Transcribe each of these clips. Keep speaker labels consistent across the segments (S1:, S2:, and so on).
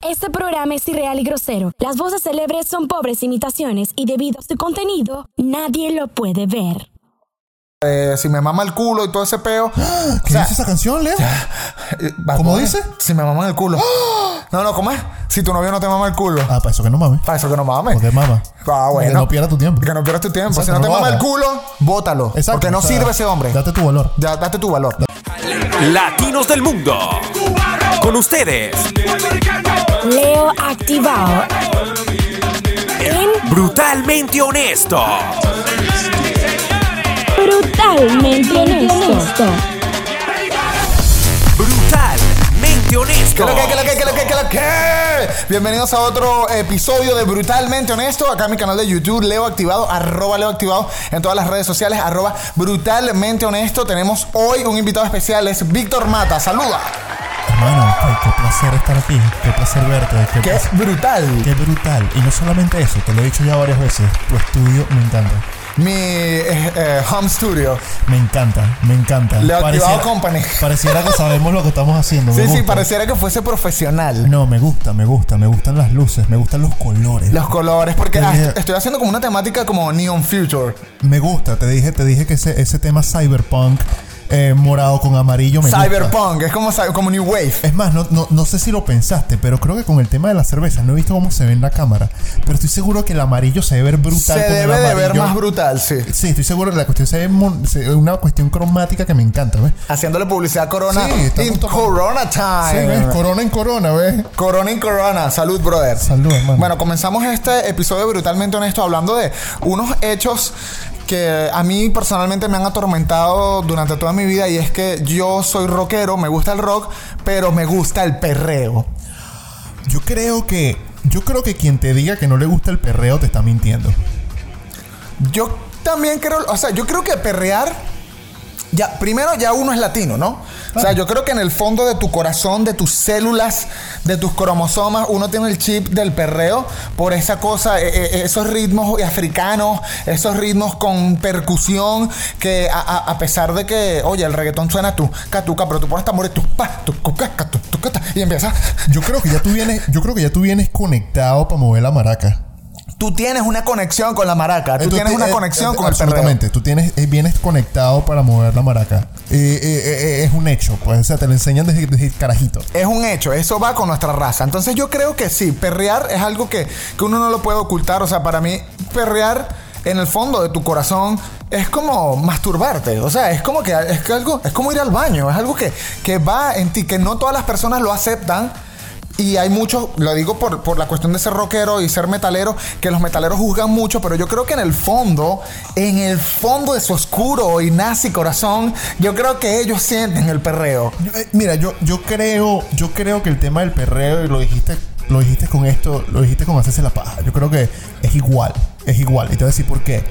S1: Este programa es irreal y grosero. Las voces célebres son pobres imitaciones y debido a su contenido, nadie lo puede ver.
S2: Eh, si me mama el culo y todo ese peo.
S3: ¿Qué dice esa canción, Leo?
S2: Eh, Bad
S3: ¿Cómo
S2: Bunny,
S3: dice?
S2: Si me maman el culo. No, no, ¿cómo es? Si tu novio no te mama el culo.
S3: Ah, para eso que no mames.
S2: Para eso que no mames.
S3: ¿Por qué mama?
S2: Ah, bueno.
S3: Que no pierdas tu tiempo.
S2: Que no pierdas tu tiempo.
S3: Exacto,
S2: si no,
S3: no
S2: te
S3: lo
S2: mama el
S3: hagas.
S2: culo, bótalo.
S3: Exacto.
S2: Porque no
S3: o sea,
S2: sirve ese hombre.
S3: Date tu valor.
S2: Ya, date tu valor.
S4: Latinos del Mundo. Con ustedes,
S1: Leo activado. En
S4: brutalmente honesto.
S1: brutalmente honesto.
S4: Brutalmente
S2: ¿Qué
S4: honesto.
S2: lo que, qué lo que, qué lo que, qué lo que? Bienvenidos a otro episodio de Brutalmente Honesto. Acá en mi canal de YouTube, Leo Activado, arroba Leo Activado, en todas las redes sociales, arroba Brutalmente Honesto. Tenemos hoy un invitado especial, es Víctor Mata. Saluda.
S3: Hermano, ay, qué placer estar aquí. Qué placer verte. Qué,
S2: ¡Qué
S3: placer-
S2: brutal!
S3: qué brutal. Y no solamente eso, te lo he dicho ya varias veces. Tu estudio me encanta.
S2: Mi eh, eh, home studio.
S3: Me encanta, me encanta.
S2: Leo Activado Company.
S3: pareciera que sabemos lo que estamos haciendo. me
S2: Sí, sí,
S3: gusta.
S2: pareciera que fuese profesional.
S3: No, me gusta, me gusta, me gustan las luces, me gustan los colores.
S2: Los colores, porque
S3: Sí.
S2: ah, est- estoy haciendo como una temática como Neon Future.
S3: Me gusta, te dije, te dije que ese, ese tema cyberpunk, eh, morado con amarillo, me gusta.
S2: Cyberpunk, es como, cy- como New Wave.
S3: Es más, no, no, no sé si lo pensaste, pero creo que con el tema de las cervezas, no he visto cómo se ve en la cámara, pero estoy seguro que el amarillo se debe ver brutal.
S2: Se
S3: con el
S2: debe de ver
S3: amarillo.
S2: más brutal, sí.
S3: Sí, estoy seguro que la cuestión se ve mon- se- una cuestión cromática que me encanta, ¿ves?
S2: Haciéndole publicidad a Corona.
S3: Sí, estamos
S2: in
S3: tocando.
S2: Corona
S3: Sí,
S2: Time.
S3: ¿ves? Corona en corona, ¿ves?
S2: corona in Corona. Salud, brother.
S3: Salud, hermano.
S2: Bueno, comenzamos este episodio brutalmente honesto hablando de unos hechos que a mí personalmente me han atormentado durante toda mi vida y es que yo soy rockero, me gusta el rock, pero me gusta el perreo.
S3: Yo creo que. Yo creo que quien te diga que no le gusta el perreo te está mintiendo.
S2: Yo también creo, o sea, yo creo que perrear, ya, primero ya uno es latino, ¿no? O sea, yo creo que en el fondo de tu corazón, de tus células, de tus cromosomas, uno tiene el chip del perreo por esa cosa, eh, eh, esos ritmos africanos, esos ritmos con percusión, que a, a- a pesar de que, oye, el reggaetón suena tu catuca, pero tú pones tambores, tu pa, tu cuca, ca, tu, tu, cata, y empiezas,
S3: Yo creo que ya tú vienes, yo creo que ya tú vienes conectado para mover la maraca.
S2: tú tienes una conexión con la maraca, tú
S3: Entonces,
S2: tienes una
S3: eh,
S2: conexión
S3: eh,
S2: con el perreo.
S3: absolutamente. Tú tienes, eh, vienes conectado para mover la maraca. Eh, eh, eh, eh, es un hecho, pues. O sea, te lo enseñan desde, desde carajito.
S2: Es un hecho, eso va con nuestra raza. Entonces yo creo que sí, perrear es algo que, que uno no lo puede ocultar. O sea, para mí, perrear en el fondo de tu corazón es como masturbarte. O sea, es como que es que algo, es como ir al baño, es algo que, que va en ti, que no todas las personas lo aceptan. Y hay muchos, lo digo por, por la cuestión de ser rockero y ser metalero, que los metaleros juzgan mucho, pero yo creo que en el fondo, en el fondo de su oscuro y nazi corazón, yo creo que ellos sienten el perreo.
S3: Yo, eh, Mira, yo, yo creo, yo creo que el tema del perreo, y lo dijiste, lo dijiste con esto, lo dijiste con hacerse la paja. Yo creo que es igual, es igual. Y te voy a decir por qué.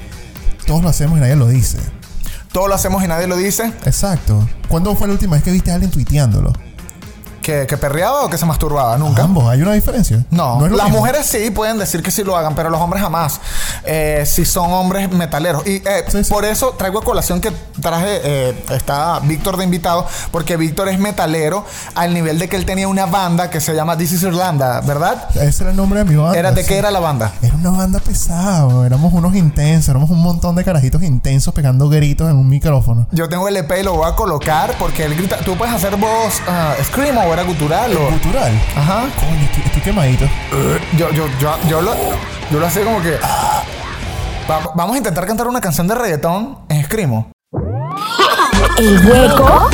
S3: Todos lo hacemos y nadie lo dice.
S2: Todo lo hacemos y nadie lo dice.
S3: Exacto. ¿Cuándo fue la última vez que viste a alguien tuiteándolo?
S2: ¿Que, que perreaba o que se masturbaba? Nunca.
S3: Ambos, hay una diferencia.
S2: No,
S3: Ah, es lo
S2: las
S3: mismo.
S2: mujeres sí pueden decir que sí lo hagan, pero los hombres jamás. Eh, si son hombres metaleros. Y eh,
S3: Sí, sí.
S2: por eso traigo a colación que traje, eh, está Víctor de invitado, porque Víctor es metalero al nivel de que él tenía una banda que se llama This is Irlanda, ¿verdad?
S3: Ese era el nombre de mi banda.
S2: Era, ¿De
S3: Ah, sí.
S2: qué era la banda?
S3: Era una banda pesada, bro. éramos unos intensos, éramos un montón de carajitos intensos pegando gritos en un micrófono.
S2: Yo tengo el EP y lo voy a colocar porque él grita. Tú puedes hacer voz ah, scream o era gutural o.
S3: Cultural.
S2: Ajá.
S3: Coño, estoy, estoy quemadito.
S2: Yo, yo, yo, yo lo, yo lo hacía como que. Vamos, vamos a intentar cantar una canción de reggaetón en escrimo.
S1: El hueco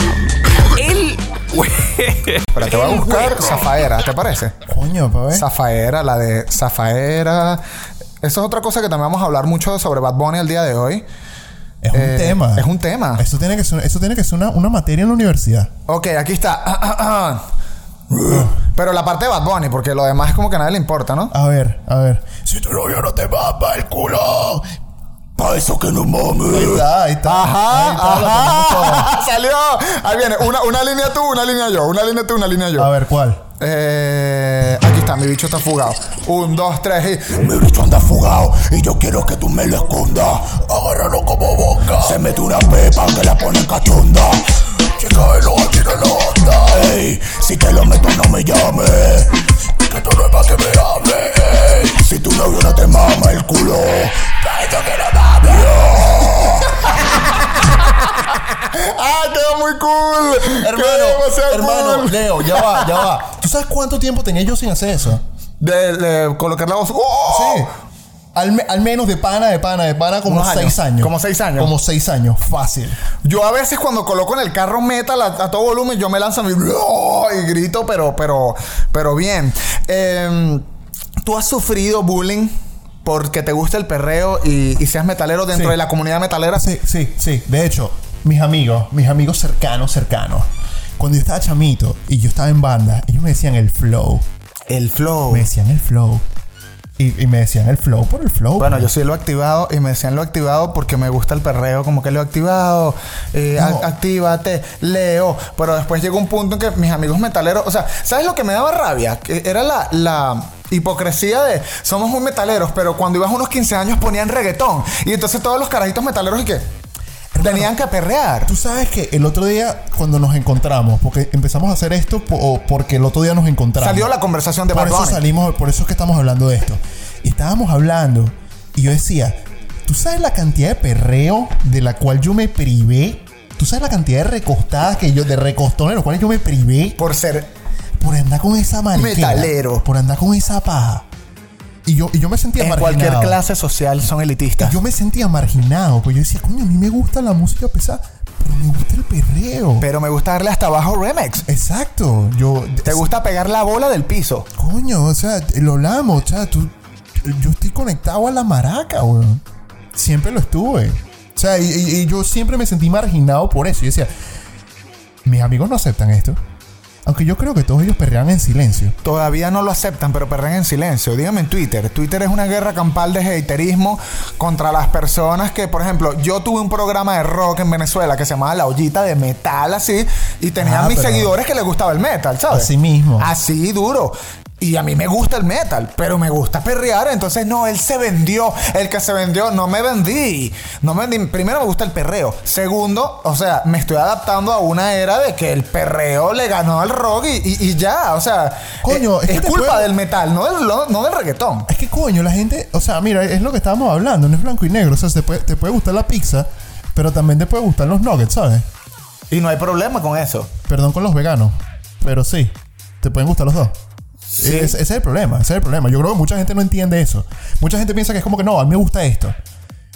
S4: El hue-
S2: Pero te voy a
S4: el
S2: buscar
S4: hueco.
S2: Zafaera, ¿te parece?
S3: Coño, pa' ver.
S2: Zafaera, la de Zafaera. Eso es otra cosa que también vamos a hablar mucho sobre Bad Bunny el día de hoy.
S3: es un
S2: Eh,
S3: tema.
S2: Es un tema.
S3: Eso tiene que ser, eso tiene que ser una, una materia en la universidad.
S2: Ok, aquí está. Pero la parte de Bad Bunny, porque lo demás es como que a nadie le importa, ¿no?
S3: A ver, a ver. Si tu novio no te mapa el culo, pa' eso que no mames. Ahí está, ahí está. Ahí está, lo tenemos todo.
S2: Ajá, salió. Ahí viene, una, una línea tú, una línea yo, una línea tú, una línea yo.
S3: A ver, ¿cuál?
S2: Eh, aquí está, mi bicho está fugado. Un, dos, tres y.
S5: Mi bicho anda fugado y yo quiero que tú me lo escondas. Agárralo como boca. Se mete una pepa que la pone cachonda. Chica, no tira la onda. Ey, si te lo meto, no me llames. Que tú
S2: ¡Ah,
S3: sabes cuánto tiempo tenía yo sin hacer eso?
S2: De, de colocar la voz. ¡Oh!
S3: Sí. Al, me- al menos de pana, de pana, de pana, como
S2: Unos años.
S3: seis años.
S2: Como seis años.
S3: Como seis años, fácil.
S2: Yo a veces cuando coloco en el carro metal a, a todo volumen, yo me lanzo a mi ¡Oh! y grito, pero, pero, pero bien. Em, ¿Tú has sufrido bullying porque te gusta el perreo y, y seas metalero dentro
S3: Sí.
S2: de la comunidad metalera?
S3: Sí, sí, sí. De hecho, mis amigos, mis amigos cercanos, cercanos. Cuando yo estaba chamito y yo estaba en banda, ellos me decían el flow.
S2: El flow.
S3: Me decían el flow. Y, y me decían el flow por el flow.
S2: Bueno, yo soy lo activado y me decían lo activado porque me gusta el perreo, como que lo activado, eh,
S3: No.
S2: ac- actívate, leo. Pero después llegó un punto en que mis amigos metaleros, o sea, ¿sabes lo que me daba rabia? Que era la, la hipocresía de somos muy metaleros, pero cuando ibas a unos 15 años ponían reggaetón. Y entonces todos los carajitos metaleros y que tenían que perrear.
S3: Tú sabes que el otro día, cuando nos encontramos, porque empezamos a hacer esto po- o porque el otro día nos encontramos.
S2: Salió la conversación de
S3: por
S2: Bad
S3: eso
S2: Bunny.
S3: salimos, por eso es que estamos hablando de esto. Y estábamos hablando y yo decía, ¿tú sabes la cantidad de perreo de la cual yo me privé? ¿Tú sabes la cantidad de recostadas que yo, de recostones de los cuales yo me privé
S2: Por ser
S3: por andar con esa mariquera?
S2: Metalero.
S3: Por andar con esa paja. Y yo, y yo me sentía
S2: en
S3: marginado.
S2: cualquier clase social son elitistas.
S3: Yo me sentía marginado, pues yo decía, coño, a mí me gusta la música pesada, pero me gusta el perreo.
S2: Pero me gusta darle hasta abajo remix.
S3: Exacto. Yo, eh,
S2: Te gusta pegar la bola del piso.
S3: Coño, o sea, lo hablamos, o sea, tú, yo estoy conectado a la maraca, weón. Siempre lo estuve. O sea, y, y- y yo siempre me sentí marginado por eso. Yo decía, mis amigos no aceptan esto. Aunque yo creo que todos ellos perrean en silencio.
S2: Todavía no lo aceptan, pero perren en silencio. Dígame en Twitter. Twitter es una guerra campal de haterismo contra las personas que, por ejemplo, yo tuve un programa de rock en Venezuela que se llamaba La Ollita de Metal, así, y tenía
S3: Ah,
S2: a mis
S3: pero-
S2: seguidores que les gustaba el metal, ¿sabes?
S3: Así mismo.
S2: Así duro. Y a mí me gusta el metal, pero me gusta perrear. Entonces, no, él se vendió. El que se vendió, no me vendí. No me vendí. Primero, me gusta el perreo. Segundo, o sea, me estoy adaptando a una era de que el perreo le ganó al rock y, y- y ya. O sea,
S3: Coño,
S2: eh,
S3: es
S2: es,
S3: que te
S2: culpa
S3: puedo-
S2: del metal, no del, no, no del reggaetón.
S3: Es que coño, la gente, o sea, mira, es lo que estábamos hablando, no es blanco y negro. O sea, te puede, te puede gustar la pizza, pero también te puede gustar los nuggets, ¿sabes?
S2: Y no hay problema con eso.
S3: Perdón con los veganos, pero sí, te pueden gustar los dos. E-, Ese, ese es el problema, ese es el problema. Yo creo que mucha gente no entiende eso. Mucha gente piensa que es como que no, a mí me gusta esto.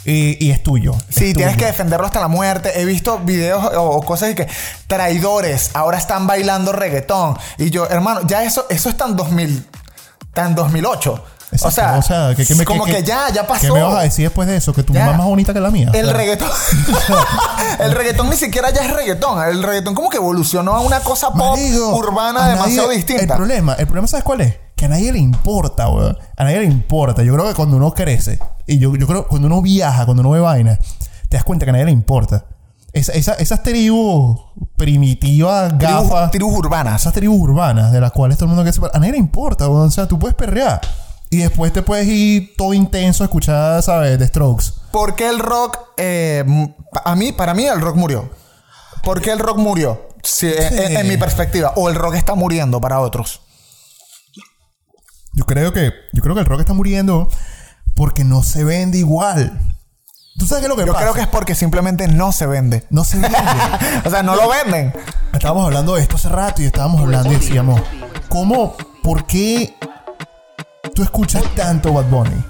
S3: Y, y es tuyo. es
S2: Sí, tienes que
S3: tuyo.
S2: defenderlo hasta la muerte. He visto videos o, o cosas de que traidores ahora están bailando reggaetón. Y yo, hermano, ya eso, eso está en 2000, está en 2008.
S3: Exacto,
S2: o sea,
S3: que- que me-
S2: como que, ya, ya pasó.
S3: ¿Qué me vas a decir después de eso? Que tu
S2: Ya.
S3: mamá es más bonita que la mía.
S2: El
S3: O sea,
S2: reggaetón. el reggaetón ni siquiera ya es reggaetón. El reggaetón como que evolucionó a una cosa pop
S3: marico, a
S2: urbana
S3: nadie-
S2: demasiado
S3: El
S2: distinta.
S3: problema, el problema, ¿sabes cuál es? Que a nadie le importa, weón. A nadie le importa. Yo creo que cuando uno crece, y yo, yo creo que cuando uno viaja, cuando uno ve vainas, te das cuenta que a nadie le importa. Esa- esa- esas tribus primitivas,
S2: Tribus-
S3: gafas.
S2: tribus urbanas.
S3: esas tribus urbanas de las cuales todo el mundo quiere separar, a nadie le importa, weón. O sea, tú puedes perrear. Y después te puedes ir todo intenso a escuchar, ¿sabes? The Strokes.
S2: ¿Por qué el rock? eh, m- pa- a mí, para mí, el rock murió. ¿Por qué el rock murió? Si- en, en mi perspectiva. O el rock está muriendo para otros.
S3: Yo creo que, yo creo que el rock está muriendo porque no se vende igual. ¿Tú sabes qué es lo que
S2: Yo
S3: pasa?
S2: creo que es porque simplemente no se vende.
S3: no se vende.
S2: O sea, no lo venden.
S3: estábamos hablando de esto hace rato y estábamos hablando y decíamos, ¿cómo? ¿Por qué tú escuchas tanto Bad Bunny?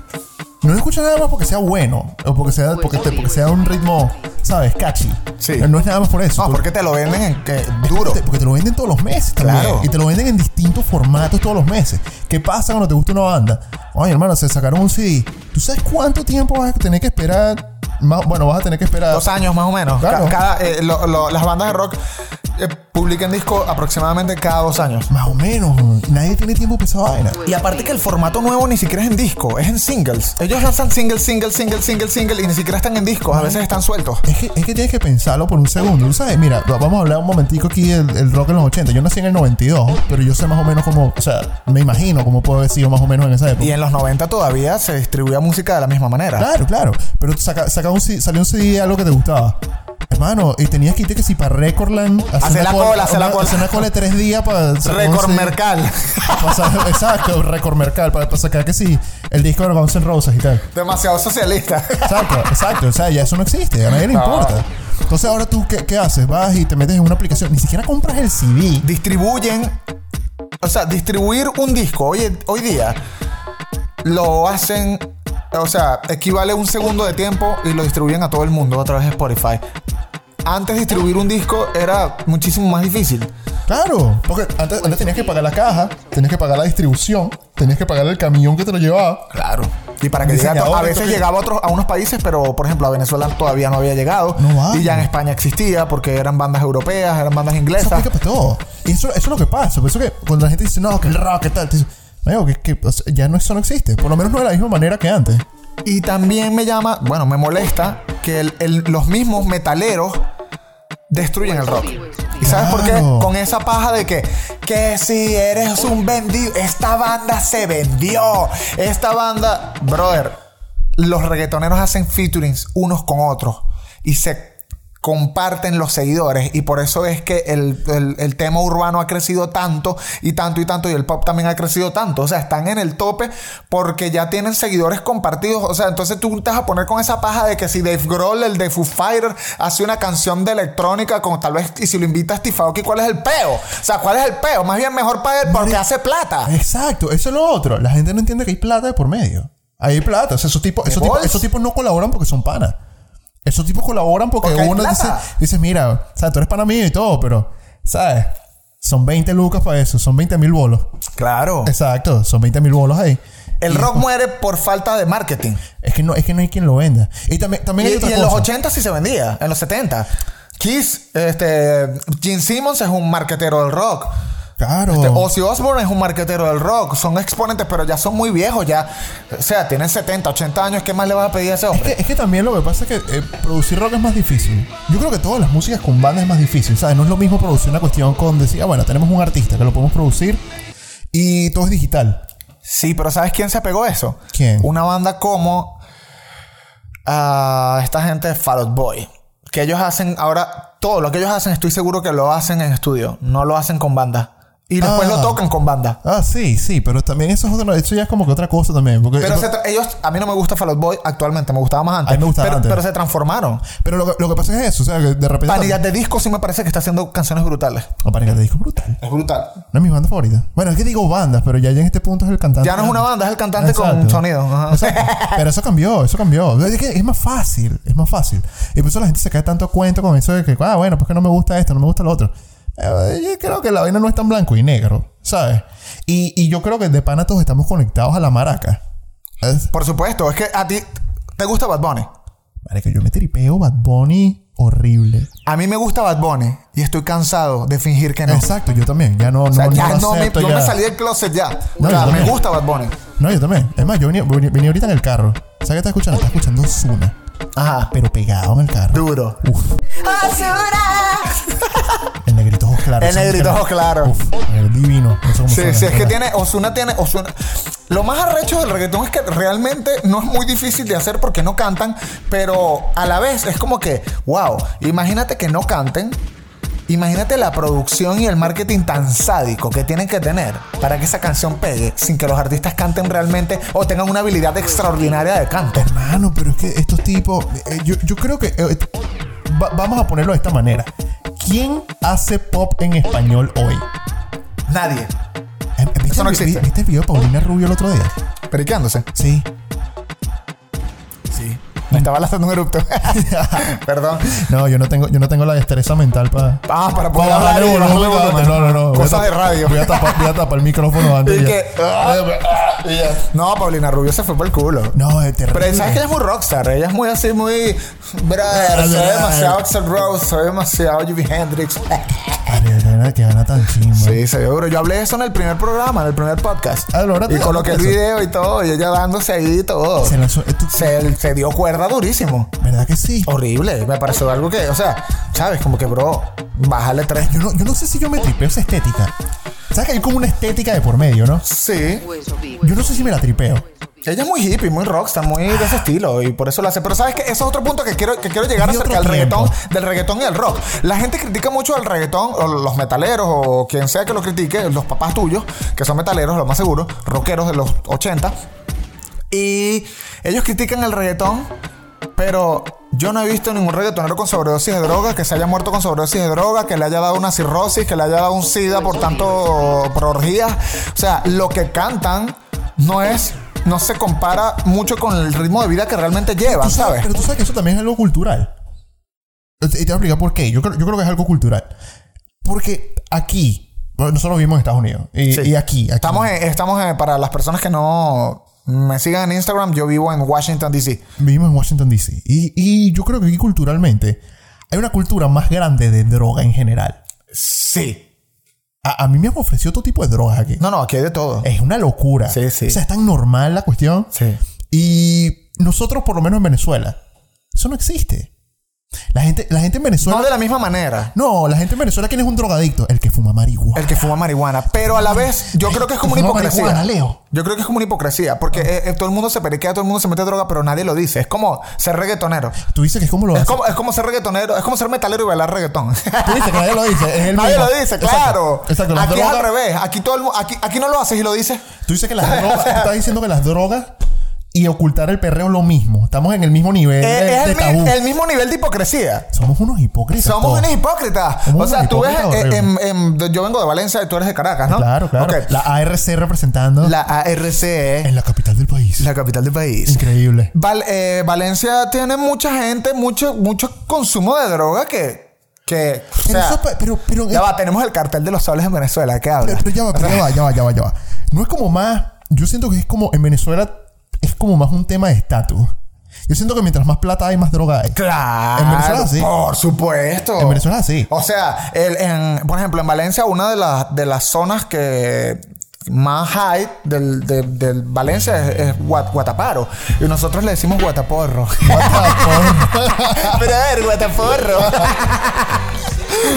S3: No lo escuchas nada más porque sea bueno o porque sea, porque te- porque sea un ritmo, ¿sabes? Catchy.
S2: Sí.
S3: No es nada más por eso.
S2: No,
S3: Tú-
S2: porque te lo venden en que- duro.
S3: Porque te- Porque te lo venden todos los meses también.
S2: Claro.
S3: Y te lo venden en distintos formatos todos los meses. ¿Qué pasa cuando te gusta una banda? Oye, hermano, se sacaron un CD. ¿Tú sabes cuánto tiempo vas a tener que esperar? Más- bueno, vas a tener que esperar.
S2: Dos años más o menos. Ca-
S3: Claro.
S2: Cada, eh, lo- lo- las bandas de rock eh, publican disco aproximadamente cada dos años.
S3: Más o menos. man. Nadie tiene tiempo para esa vaina.
S2: Y aparte que el formato nuevo ni siquiera es en disco, es en singles. Ellos lanzan single, single, single, single, single y ni siquiera están en discos. A veces están sueltos.
S3: Es que, es que tienes que pensarlo por un segundo. Tú sabes, mira, va- vamos a hablar un momentico aquí del, del rock en los 80. Yo nací en el 92, pero yo sé más o menos cómo, o sea, me imagino cómo puedo haber sido más o menos en esa época.
S2: Y en los 90 todavía se distribuía música de la misma manera.
S3: Claro, claro. Pero saca, saca un, C- salió un CD de algo que te gustaba. Hermano, y tenías que irte que si para Recordland.
S2: Hacer la
S3: col-
S2: cola, hacer la
S3: una-
S2: cola.
S3: Hacer una cola de tres días para. sacar un
S2: Record
S3: CD.
S2: Mercal.
S3: Pa' sa- exacto, Record Mercal. Para, para sacar que sí, el disco de los Guns N' Roses y tal.
S2: Demasiado socialista.
S3: Exacto, exacto. O sea, ya eso no existe. A nadie le
S2: No.
S3: importa. Entonces, ahora tú, ¿qué, qué haces? Vas y te metes en una aplicación. Ni siquiera compras el CD.
S2: Distribuyen o sea, distribuir un disco hoy, hoy día lo hacen, o sea, equivale a un segundo de tiempo y lo distribuyen a todo el mundo a través de Spotify. Antes distribuir un disco era muchísimo más difícil.
S3: Claro, porque antes, antes tenías que pagar la caja, tenías que pagar la distribución, tenías que pagar el camión que te lo llevaba.
S2: Claro. Y para que llegara a,
S3: Diseñador,
S2: a veces
S3: entonces-
S2: llegaba a otros a unos países, pero por ejemplo a Venezuela todavía no había llegado.
S3: No vale.
S2: y ya en España existía porque eran bandas europeas, eran bandas
S3: Eso
S2: inglesas.
S3: aplica para todo. Y eso, eso es lo que pasa. Por eso que cuando la gente dice, no, que el rock, que tal, te dice, "Marico, que, que, o sea, ya no, eso no existe. Por lo menos no de la misma manera que antes.
S2: Y también me llama, bueno, me molesta que el- el- los mismos metaleros destruyen el rock. ¿Y sabes por qué?
S3: Claro.
S2: Con esa paja de que, que si eres un vendido, esta banda se vendió. Esta banda, brother, los reggaetoneros hacen featurings unos con otros y se comparten los seguidores y por eso es que el, el- el tema urbano ha crecido tanto y tanto y tanto y el pop también ha crecido tanto o sea están en el tope porque ya tienen seguidores compartidos o sea entonces tú te vas a poner con esa paja de que si Dave Grohl el de Foo Fighter hace una canción de electrónica con tal vez y si lo invita a Steve Aoki ¿cuál es el peo? o sea ¿cuál es el peo? más bien mejor para él porque
S3: Mari-
S2: hace plata
S3: Exacto, eso es lo otro. La gente no entiende que hay plata de por medio. Hay plata. O sea, esos tipos,
S2: ¿De
S3: esos tipos,
S2: bols?
S3: esos tipos no colaboran porque son panas. Esos tipos colaboran porque,
S2: Porque hay
S3: uno dice,
S2: plata.
S3: dices, mira, o sea, tú eres pana mío y todo, pero, ¿sabes? Son 20 lucas para eso, son 20 mil bolos.
S2: claro
S3: Exacto, son 20 mil bolos ahí.
S2: el
S3: Y-
S2: rock muere por falta de marketing
S3: Es que no, es que no hay quien lo venda. Y también, también
S2: Y,
S3: hay otra
S2: y en
S3: cosa.
S2: los 80 sí se vendía, en los 70. Kiss, este, Gene Simmons es un marquetero del rock.
S3: Claro.
S2: Este, Ozzy Osbourne es un marquetero del rock. Son exponentes, pero ya son muy viejos ya. O sea, tienen 70, 80 años. ¿Qué más le vas a pedir a ese
S3: Es
S2: hombre?
S3: que, es que también lo que pasa es que eh, producir rock es más difícil. Yo creo que todas las músicas con banda es más difícil, ¿sabes? No es lo mismo producir una cuestión con decir, ah, bueno, tenemos un artista que lo podemos producir y todo es digital.
S2: Sí, pero ¿sabes quién se pegó eso?
S3: ¿Quién?
S2: Una banda como ah, esta gente de Fall Out Boy. Que ellos hacen ahora todo lo que ellos hacen, estoy seguro que lo hacen en estudio. No lo hacen con banda. Y después
S3: Ah.
S2: lo tocan con banda.
S3: Ah, sí, sí, pero también eso es otra, eso ya es como que otra cosa también. Porque,
S2: Pero se tra- ellos, a mí no me gusta Fall Out Boy actualmente, me gustaba más antes.
S3: A mí me gustaba
S2: pero,
S3: antes.
S2: pero se transformaron.
S3: pero lo, que- lo que pasa es eso, o sea, que de repente...
S2: Vanidad de disco sí me parece que está haciendo canciones brutales.
S3: Ah, Vanidad de disco brutal.
S2: Es brutal.
S3: Una de mis bandas favoritas. Bueno, es que digo bandas, pero ya, ya en este punto es el cantante.
S2: Ya no es una banda, es el cantante con
S3: Exacto.
S2: sonido. Ajá.
S3: Exacto. Pero eso cambió, eso cambió. Es, que es más fácil, es más fácil. Y por eso la gente se cae tanto a cuento con eso de que, ah, bueno, pues que no me gusta esto, no me gusta lo otro. Eh, Yo creo que la vaina no es tan blanco y negro, ¿sabes? Y, y yo creo que de pana todos estamos conectados a la maraca. ¿Sabes?
S2: Por supuesto, es que a ti te gusta Bad Bunny.
S3: que yo me tripeo Bad Bunny horrible.
S2: A mí me gusta Bad Bunny y estoy cansado de fingir que no.
S3: Exacto, yo también. Ya no,
S2: O sea,
S3: no,
S2: ya
S3: no, lo
S2: no, me,
S3: acepto,
S2: yo
S3: ya.
S2: me salí del closet ya.
S3: No,
S2: o sea,
S3: yo
S2: me
S3: también.
S2: gusta Bad Bunny.
S3: No, yo también. Es más, yo venía, venía- venía ahorita en el carro. ¿Sabes qué estás escuchando? Estás escuchando Zuna.
S2: Ajá.
S3: Pero pegado en el carro.
S2: Duro.
S3: Uf.
S2: Basura.
S3: El negrito ojos claros.
S2: El
S3: Ese
S2: negrito ojos claros.
S3: Uf, el divino. No sé cómo
S2: Sí,
S3: suena,
S2: sí, es que
S3: ¿verdad?
S2: tiene, Osuna tiene, Osuna. Lo más arrecho del reggaetón es que realmente no es muy difícil de hacer porque no cantan, pero a la vez es como que, wow, imagínate que no canten, imagínate la producción y el marketing tan sádico que tienen que tener para que esa canción pegue sin que los artistas canten realmente o tengan una habilidad extraordinaria de canto.
S3: Hermano, pero es que estos tipos. eh, yo, yo creo que. eh, va- vamos a ponerlo de esta manera. ¿Quién hace pop en español Oh, hoy?
S2: Nadie.
S3: Eh, ¿Viste,
S2: Eso no
S3: el, vi-
S2: existe.
S3: ¿Viste el video de Paulina Rubio el otro día?
S2: Periqueándose.
S3: Sí.
S2: Sí. Me estaba lanzando un erupto. Perdón.
S3: No, yo no tengo, yo no tengo la destreza mental para.
S2: Ah, para poder
S3: No,
S2: hablar y
S3: no,
S2: bajarle
S3: no,
S2: volumen.
S3: no, no, no. Voy a
S2: Cosas de
S3: tapar-
S2: radio.
S3: Voy a tapar, voy a tapar el micrófono antes.
S2: Y
S3: ya.
S2: que, uh, ah, No, Paulina Rubio se fue por el culo.
S3: No, es terrible.
S2: Pero sabes que ella es muy rockstar, ella es muy así, muy. Brother, soy demasiado Axel Rose, soy demasiado Jimi Hendrix.
S3: Ay, qué gana- qué gana tan chimba.
S2: Sí, se vio duro. Yo hablé de eso en el primer programa, en el primer podcast.
S3: Ah, lo habrá
S2: y
S3: tenido
S2: coloqué el
S3: eso.
S2: video y todo, y ella dándose ahí y todo.
S3: Se lanzó- eh, tú-
S2: Se, se dio cuerda durísimo.
S3: ¿Verdad que sí?
S2: Horrible, me pareció algo que, o sea, sabes, como que, bro, bájale tres.
S3: Yo no, yo no sé si yo me tripeo esa estética. ¿Sabes que hay como una estética de por medio, no?
S2: Sí,
S3: Yo no sé si me la tripeo.
S2: ella es muy hippie, muy rockstar, muy de ese estilo y por eso lo hace. Pero sabes que ese es otro punto que quiero, que quiero llegar
S3: Y
S2: acerca
S3: otro
S2: del
S3: tiempo.
S2: reggaetón, del reggaetón y el rock. La gente critica mucho al reggaetón, o los metaleros, o quien sea que lo critique, los papás tuyos, que son metaleros, lo más seguro, rockeros de los 80. Y ellos critican el reggaetón, pero Yo no he visto ningún reggaetonero con sobredosis de drogas que se haya muerto con sobredosis de drogas, que le haya dado una cirrosis, que le haya dado un sida por tanto por orgías. O sea, lo que cantan no es no se compara mucho con el ritmo de vida que realmente llevan,
S3: Tú sabes,
S2: ¿sabes?
S3: Pero tú sabes que eso también es algo cultural. Y te y te voy a explicar por qué. Yo creo, yo creo que es algo cultural. Porque aquí, bueno, nosotros vivimos en Estados Unidos. Y,
S2: Sí.
S3: y aquí, aquí.
S2: Estamos en- estamos en- para las personas que no me sigan en Instagram, yo vivo en Washington DC.
S3: Vivimos en Washington, D.C. Y, y yo creo que aquí culturalmente hay una cultura más grande de droga en general.
S2: Sí.
S3: A, a mí me han ofrecido todo tipo de drogas aquí.
S2: No, no, aquí hay de todo.
S3: Es una locura.
S2: Sí, sí.
S3: O sea, es tan normal la cuestión.
S2: Sí.
S3: Y nosotros, por lo menos en Venezuela, eso no existe. La gente, la gente en Venezuela.
S2: No de la misma manera.
S3: No, la gente en Venezuela, ¿quién es un drogadicto? El que fuma marihuana.
S2: El que fuma marihuana. Pero a la vez, yo creo que es como una
S3: fuma
S2: hipocresía.
S3: marihuana, Leo. Ah.
S2: Yo creo que es como una hipocresía. Porque eh, eh, todo el mundo se periquea, todo el mundo se mete droga, pero nadie lo dice. Es como ser reggaetonero.
S3: Tú dices que es como lo
S2: Es
S3: hace.
S2: como, es como ser reggaetonero, es como ser metalero y bailar reggaetón.
S3: Tú dices que nadie lo dice. Es el
S2: Nadie
S3: mismo.
S2: lo dice,
S3: Exacto,
S2: claro.
S3: Exacto. Las
S2: Aquí es al
S3: drogas,
S2: revés. Aquí, todo el, mu- aquí, aquí no lo haces y lo dices.
S3: tú dices que las drogas. Tú estás diciendo que las drogas y ocultar el perreo es lo mismo. Estamos en el mismo nivel
S2: Eh,
S3: de,
S2: es
S3: de
S2: el, mi-
S3: tabú.
S2: el mismo nivel de hipocresía.
S3: Somos unos hipócritas.
S2: Somos
S3: todos.
S2: unos hipócritas.
S3: Somos
S2: o sea,
S3: unos
S2: tú ves,
S3: hipócritas
S2: eh,
S3: horribles.
S2: em- em, yo vengo de Valencia y tú eres de Caracas, ¿no?
S3: Claro, claro.
S2: Ok.
S3: La
S2: La,
S3: ARC representando
S2: ARC
S3: en
S2: es
S3: la capital del país.
S2: E, la capital del país.
S3: Increíble.
S2: Val- eh, Valencia tiene mucha gente, mucho, mucho consumo de droga que. que o
S3: Pero
S2: sea,
S3: eso pa- pero- pero-
S2: ya va, tenemos el cartel de los soles en Venezuela. ¿Qué habla?
S3: Pero, pero ya va, pero ya va, ya va, ya va, ya va. No es como más. Yo siento que es como. En Venezuela es como más un tema de estatus. Yo siento que mientras más plata hay, más droga hay.
S2: Claro.
S3: En Venezuela sí.
S2: Por supuesto.
S3: En Venezuela sí.
S2: O sea, el- en- por ejemplo, en Valencia, una de, las de las zonas que más high del, de, del Valencia es, es Guat- Guataparo. Y nosotros le decimos Guataporro. pero a ver, Guataporro.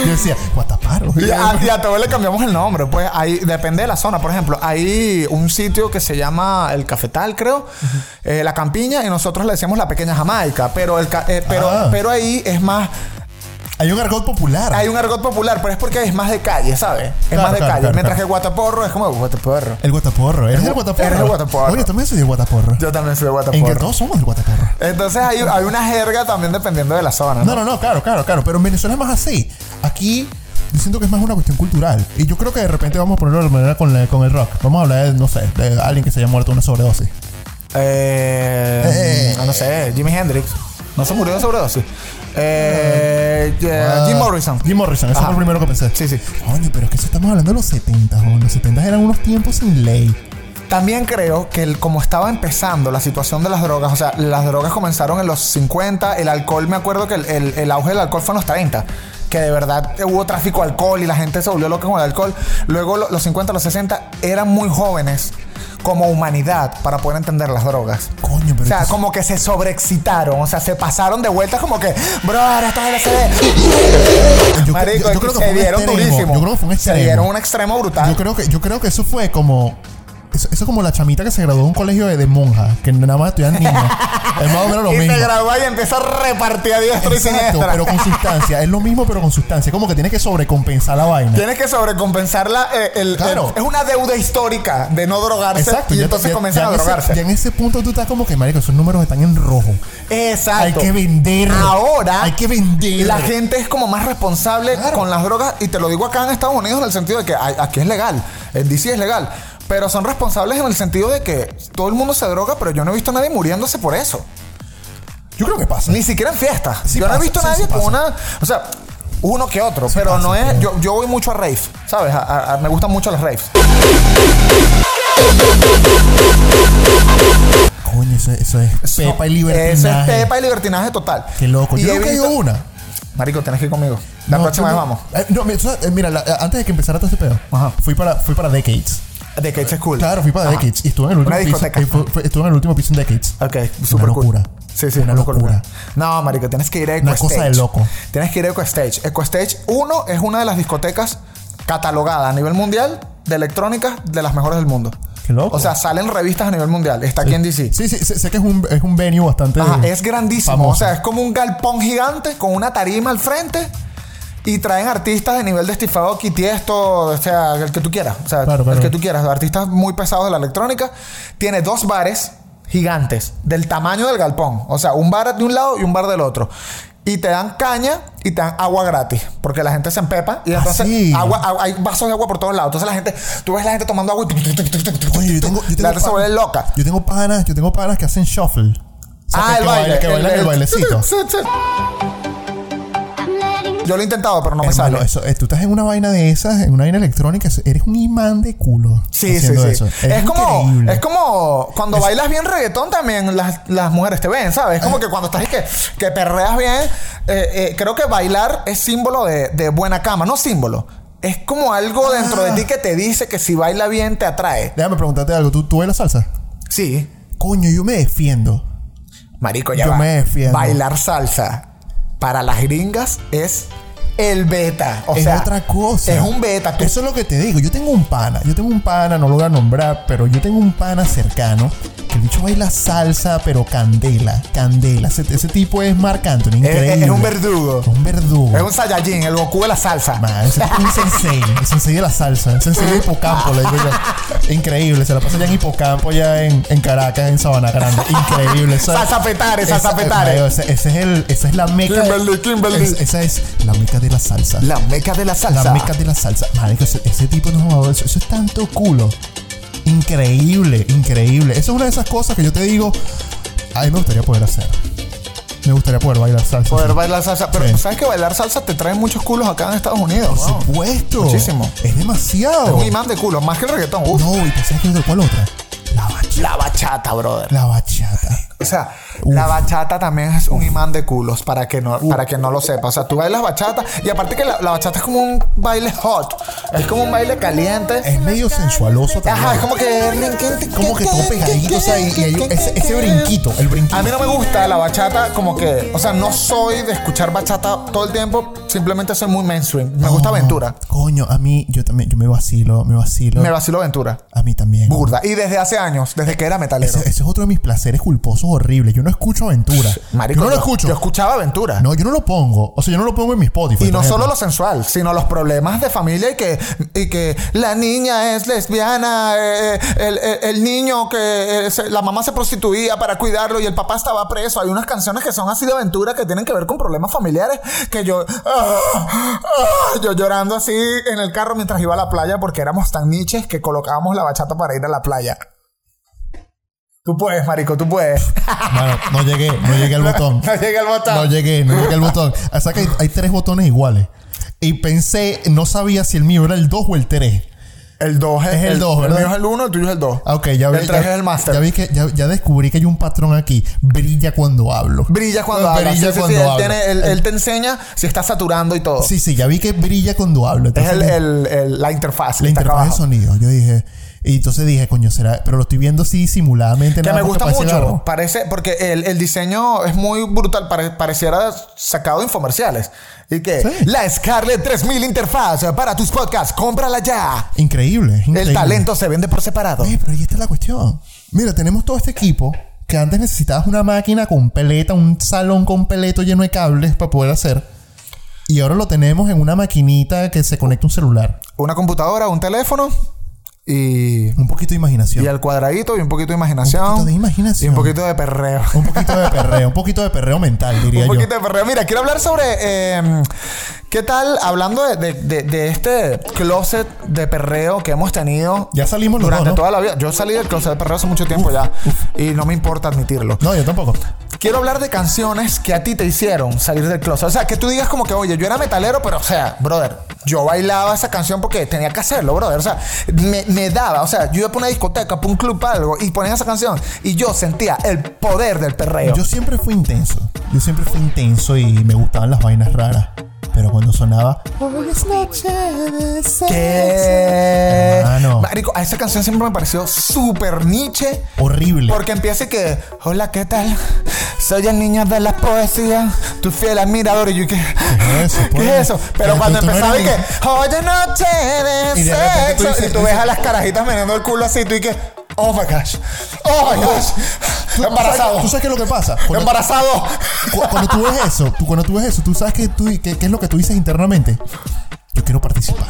S3: Yo decía, guataparo.
S2: Y a, y a todo le cambiamos el nombre. Pues ahí depende de la zona. Por ejemplo, hay un sitio que se llama El Cafetal, creo. eh, la Campiña. Y nosotros le decíamos la Pequeña Jamaica. Pero, el, ca- eh, pero,
S3: Ah.
S2: pero ahí es más...
S3: Hay un argot popular.
S2: Hay un argot popular, pero es porque es más de calle, ¿sabes? Es
S3: Claro,
S2: más de
S3: claro,
S2: calle.
S3: claro,
S2: Mientras
S3: claro.
S2: que Guataporro es como Guataporro.
S3: El guataporro. Eres el guataporro.
S2: eres el guataporro.
S3: Oye, también soy el guataporro.
S2: Yo también soy de
S3: en que
S2: Guataporro.
S3: todos somos el guataporro.
S2: Entonces hay, hay una jerga también dependiendo de la zona.
S3: No,
S2: ¿no?
S3: no, no, claro, claro, claro. Pero en Venezuela es más así. Aquí yo siento que es más una cuestión cultural. Y yo creo que de repente vamos a ponerlo de manera con, la- con el rock. Vamos a hablar de, no sé, de alguien que se haya muerto de una sobredosis.
S2: Eh,
S3: Eh.
S2: no sé, Jimi Hendrix. No se murió de sobredosis. Eh, eh, Jim Morrison.
S3: Ah, Jim Morrison, eso
S2: Ajá.
S3: fue lo primero que pensé.
S2: Sí, sí.
S3: Coño, pero es que eso estamos hablando de los 70, joven. Los 70 eran unos tiempos sin ley.
S2: También creo que el- como estaba empezando la situación de las drogas, o sea, las drogas comenzaron en los 50, el alcohol, me acuerdo que el, el- el auge del alcohol fue en los 30, que de verdad hubo tráfico de alcohol y la gente se volvió loca con el alcohol. Luego lo- los 50, los 60 eran muy jóvenes como humanidad para poder entender las drogas.
S3: Coño, pero
S2: O sea,
S3: entonces-
S2: como que se sobreexcitaron, o sea, se pasaron de vueltas como que, bro, ahora estás en la CD.
S3: Yo,
S2: Marico,
S3: yo- yo
S2: es que se
S3: un
S2: dieron
S3: extremo.
S2: durísimo.
S3: Yo creo que fue
S2: se
S3: un extremo.
S2: dieron un extremo brutal.
S3: Yo creo que, yo creo que eso fue como. Eso, eso es como la chamita que se graduó de un colegio de, de monjas, que nada más estudian niños. es más o menos lo
S2: y
S3: mismo.
S2: se grabó y empezó a repartir a diestro y
S3: Exacto,
S2: siniestra.
S3: pero con sustancia. Es lo mismo, pero con sustancia. Como que tienes que sobrecompensar la vaina.
S2: Tienes que sobrecompensar la, eh, el,
S3: Claro.
S2: el- es una deuda histórica de no drogarse
S3: Exacto,
S2: y
S3: ya-
S2: entonces
S3: ya-
S2: comienzan
S3: ya
S2: a
S3: en ese-
S2: drogarse.
S3: ya en ese punto tú estás como que, marico, esos números están en rojo. Hay
S2: Exacto.
S3: que vender.
S2: Ahora
S3: Hay que vender.
S2: la gente es como más responsable
S3: Claro.
S2: con las drogas y te lo digo acá en Estados Unidos en el sentido de que hay- aquí es legal, en DC es legal, pero son responsables en el sentido de que todo el mundo se droga, pero yo no he visto a nadie muriéndose por eso.
S3: Yo creo que pasa.
S2: Ni siquiera en fiestas.
S3: Sí
S2: yo no he
S3: pasa,
S2: visto a
S3: sí,
S2: nadie
S3: sí
S2: con
S3: pasa.
S2: una. O sea, uno que otro. pero
S3: pasa,
S2: no es.
S3: sí.
S2: Yo, yo voy mucho a raves, ¿sabes? A- a- a- me gustan mucho las raves.
S3: Coño, eso, eso es pepa y libertinaje.
S2: Eso es pepa y libertinaje total.
S3: Qué loco.
S2: Y
S3: Yo
S2: he
S3: nunca he
S2: visto-
S3: ido a una.
S2: Marico, tenés que ir conmigo. La
S3: No,
S2: próxima
S3: tú
S2: vez
S3: no-
S2: vamos.
S3: Eh, no, mira, tú sabes, eh, mira, la- eh, antes de que empezara todo este pedo,
S2: Ajá.
S3: fui para fui para Decades.
S2: De Cage es cool.
S3: Claro, fui para Decades y estuve en el
S2: Ah. Una
S3: último piso.
S2: discoteca.
S3: eh, fue- fue- estuve en el último piso en Decades.
S2: Ok,
S3: Una
S2: super cool.
S3: locura.
S2: Sí, sí,
S3: una locura.
S2: No, marico, tienes que ir a Eco
S3: Una cosa
S2: Stage.
S3: de loco.
S2: Tienes que ir a Eco Stage. Eco Stage 1 es una de las discotecas catalogada a nivel mundial de electrónica de las mejores del mundo.
S3: Qué loco.
S2: O sea, salen revistas a nivel mundial. Está aquí en DC.
S3: Sí, sí, sé, sé que es un, es un venue bastante
S2: Ajá, es grandísimo.
S3: famoso.
S2: O sea, es como un galpón gigante con una tarima al frente. Y traen artistas de nivel de Steve Aoki, Tiesto, o sea, el que tú quieras. O sea,
S3: Claro,
S2: el
S3: claro.
S2: que tú quieras. Artistas muy pesados de la electrónica. Tiene dos bares. gigantes, del tamaño del galpón. O sea, un bar de un lado y un bar del otro. Y te dan caña y te dan agua gratis. Porque la gente se empepa y entonces
S3: Ah, sí.
S2: agua, agua- hay vasos de agua por todos lados. Entonces la gente, tú ves la gente tomando agua y.
S3: Oye, yo tengo, yo tengo
S2: la gente se
S3: pan-
S2: vuelve loca.
S3: Yo tengo panas, yo tengo panas que hacen shuffle. O sea,
S2: Ah,
S3: que-
S2: el baile.
S3: que baila- Que bailan el bailecito.
S2: Yo lo he intentado, pero no me
S3: Hermano,
S2: sale.
S3: eso, eh, tú estás en una vaina de esas, en una vaina electrónica, eso- eres un imán de culo.
S2: Sí, sí,
S3: haciendo
S2: sí.
S3: eso.
S2: Es, como,
S3: increíble.
S2: es como cuando bailas bien reggaetón también las, las mujeres te ven, ¿sabes? Es como que cuando estás y que, que perreas bien, eh, eh, creo que bailar es símbolo de, de buena cama, no símbolo. Es como algo dentro de ti que te dice que si baila bien te atrae.
S3: Déjame preguntarte algo. ¿Tú, tú bailas salsa?
S2: Sí.
S3: Coño, yo me defiendo.
S2: Marico, ya
S3: Yo
S2: va.
S3: me defiendo.
S2: Bailar salsa para las gringas es el beta. O
S3: es
S2: sea,
S3: otra cosa.
S2: Es un beta. Tú-
S3: Eso es lo que te digo. Yo tengo un pana. Yo tengo un pana, no lo voy a nombrar, pero yo tengo un pana cercano que el bicho baila salsa, pero candela, candela. Ese, ese tipo es Marc Anthony.
S2: es- es,
S3: Increíble.
S2: es un verdugo.
S3: Es un verdugo.
S2: Es un Saiyajin, el Goku de la salsa.
S3: Man, ese tipo es un sensei, el sensei de la salsa, el sensei de hipocampo, le digo yo. Increíble, se la pasa ya en hipocampo, ya en, en Caracas, en Sabana Grande. Increíble. eso es-
S2: Salsa petare,
S3: esa- eh,
S2: salsa petare.
S3: marico, ese- ese es el, esa es la meca.
S2: Kimberly, Kimberly.
S3: es- esa es la meca de la salsa.
S2: La meca de la salsa.
S3: La meca de la salsa. Marico, ese, ese tipo no jodas, eso, eso es tanto culo. Increíble, increíble. Eso es una de esas cosas que yo te digo, a mí me gustaría poder hacer. Me gustaría poder bailar salsa.
S2: Poder
S3: sí.
S2: bailar salsa. Pero
S3: Sí.
S2: ¿sabes que bailar salsa te trae muchos culos acá en Estados Unidos?
S3: Por
S2: Wow.
S3: supuesto.
S2: Muchísimo.
S3: Es
S2: Es
S3: demasiado.
S2: un imán de culos, más que el reggaetón. Uf.
S3: No, y pensás que es de cuál otra. La bachata.
S2: La bachata, brother.
S3: La bachata.
S2: O sea, la bachata también es un imán de culos, para que no, para que no lo sepa. O sea, tú bailas bachata y aparte que la, la bachata es como un baile hot. Es como un baile caliente.
S3: Es medio sensualoso también.
S2: Ajá, es como que...
S3: Como que todo pegadito, o sea, y- y hay un- ese, ese brinquito, el brinquito.
S2: A mí no me gusta la bachata, como que, o sea, no soy de escuchar bachata todo el tiempo, simplemente soy muy mainstream. Me gusta
S3: No,
S2: Ventura.
S3: Coño, a mí, yo también, yo me vacilo, me vacilo.
S2: Me vacilo Ventura.
S3: a mí también.
S2: Burda. Y desde hace años, desde que era metalero.
S3: Ese, ese es otro de mis placeres culposos horribles. Yo no escucho Aventura.
S2: Marico,
S3: yo no lo escucho.
S2: Yo escuchaba Aventura.
S3: No, yo no lo pongo. O sea, yo no lo pongo en mi Spotify.
S2: Y
S3: por
S2: no
S3: ejemplo.
S2: solo lo sensual, sino los problemas de familia y que, y que la niña es lesbiana, eh, el, el- el niño que eh, se- la mamá se prostituía para cuidarlo y el papá estaba preso. Hay unas canciones que son así de aventura que tienen que ver con problemas familiares que yo, ah, ah, yo llorando así en el carro mientras iba a la playa porque éramos tan niches que colocábamos la bachata para ir a la playa. Tú puedes, marico, tú puedes.
S3: Mano, no llegué, no llegué al botón.
S2: No llegué al botón.
S3: No llegué, no llegué al botón. O sea que hay, hay tres botones iguales. Y pensé, no sabía si el mío era el 2 o el 3.
S2: El 2 es,
S3: Es el dos, ¿verdad?
S2: El mío es el 1, el tuyo es el 2.
S3: Ah, ok, ya vi.
S2: El 3
S3: ya-
S2: es el master.
S3: Ya, vi que, ya, ya descubrí que hay un patrón aquí. Brilla cuando hablo.
S2: Brilla cuando habla.
S3: Brilla
S2: Sí, sí, sí,
S3: cuando
S2: él,
S3: hablo.
S2: tiene- él- él te enseña si está saturando y todo.
S3: Sí, sí, ya vi que brilla cuando hablo.
S2: es
S3: Entonces,
S2: el, el- el- la interfaz.
S3: la
S2: que está acá
S3: interfaz de
S2: abajo.
S3: sonido. Yo dije. Y entonces dije, coño, será. Pero lo estoy viendo así simuladamente.
S2: Que
S3: nada
S2: me
S3: más
S2: gusta
S3: porque parece
S2: mucho.
S3: largo.
S2: Parece, porque el, el diseño es muy brutal. pare- pareciera sacado de infomerciales. Y que
S3: Sí.
S2: la Scarlett 3000 interfaz para tus podcasts. Cómprala ya.
S3: Increíble, es increíble.
S2: El talento se vende por separado.
S3: Oye, pero ahí está la cuestión. Mira, tenemos todo este equipo que antes necesitabas una máquina completa, un salón completo lleno de cables para poder hacer. Y ahora lo tenemos en una maquinita que se conecta a un celular.
S2: Una computadora, un teléfono y.
S3: Un poquito de imaginación.
S2: Y al cuadradito y un poquito de imaginación.
S3: Un poquito de imaginación.
S2: Y un poquito de perreo.
S3: Un poquito de perreo, un poquito de perreo mental, diría
S2: Un poquito
S3: yo.
S2: de perreo. Mira, quiero hablar sobre. eh, ¿Qué tal? Hablando de, de- de- de este closet de perreo que hemos tenido.
S3: Ya salimos los
S2: durante
S3: dos, ¿no?
S2: toda la vida. Yo salí del closet de perreo hace mucho tiempo ya. Y no me importa admitirlo.
S3: No, yo tampoco.
S2: Quiero hablar de canciones que a ti te hicieron salir del closet. O sea, que tú digas como que, oye, yo era metalero, pero o sea, brother, yo bailaba esa canción porque tenía que hacerlo, brother. O sea, me, me daba. O sea, yo iba a una discoteca, para un club, para algo, y ponían esa canción. Y yo sentía el poder del perreo.
S3: Yo siempre fui intenso. Yo siempre fui intenso y me gustaban las vainas raras. Pero cuando sonaba.
S2: ¿Qué?
S3: Hermano.
S2: Marico, a esa canción siempre me pareció súper niche.
S3: Horrible.
S2: Porque empieza y que, hola, ¿qué tal? Soy el niño de la poesía, tu fiel admirador. Y yo, ¿qué,
S3: ¿Qué es eso,
S2: ¿Qué
S3: pues?
S2: es eso? Pero
S3: Pero
S2: cuando
S3: tú- tú no
S2: empezaba y que,
S3: eres
S2: oye, noche de,
S3: Y de repente tú
S2: sexo.
S3: dices-
S2: y tú ves
S3: dices-
S2: a las carajitas meneando el culo así, tú y que, oh my gosh, oh my gosh,
S3: Tú- tú
S2: embarazado,
S3: sabes- ¿Tú sabes qué es lo que pasa? Cuando-
S2: embarazado.
S3: Cu- cuando tú ves eso, tú, cuando tú ves eso, tú sabes que tú, que- que es lo que tú dices internamente. Yo quiero participar.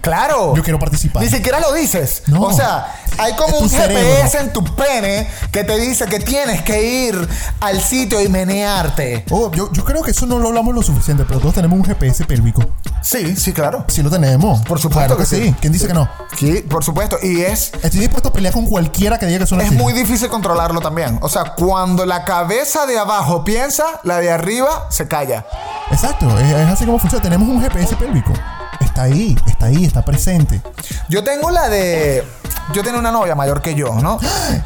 S2: Claro.
S3: Yo quiero participar.
S2: Ni siquiera lo dices.
S3: No.
S2: O sea, hay como
S3: Es tu
S2: un GPS
S3: cerebro.
S2: en tu pene que te dice que tienes que ir al sitio y menearte.
S3: Oh, yo, yo creo que eso no lo hablamos lo suficiente, pero todos tenemos un GPS pélvico.
S2: Sí, sí, claro.
S3: Sí lo tenemos.
S2: Por supuesto
S3: Claro que, sí. ¿Quién dice que no?
S2: Sí, por supuesto. Y es
S3: Estoy dispuesto a pelear con cualquiera que diga que eso no
S2: Es
S3: existe.
S2: muy difícil controlarlo también. O sea, cuando la cabeza de abajo piensa, la de arriba se calla.
S3: Exacto, es, es así como funciona. Tenemos un GPS pélvico. Está ahí, está ahí, está presente.
S2: Yo tengo la de. Yo tenía una novia mayor que yo, ¿no?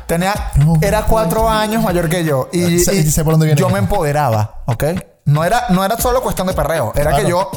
S2: Tenía.
S3: No.
S2: Era cuatro años mayor que yo. Y,
S3: Sé-
S2: y
S3: sé por dónde viene
S2: yo
S3: esto.
S2: me empoderaba, ¿ok? No era, no era solo cuestión de perreo. Era
S3: Claro.
S2: que yo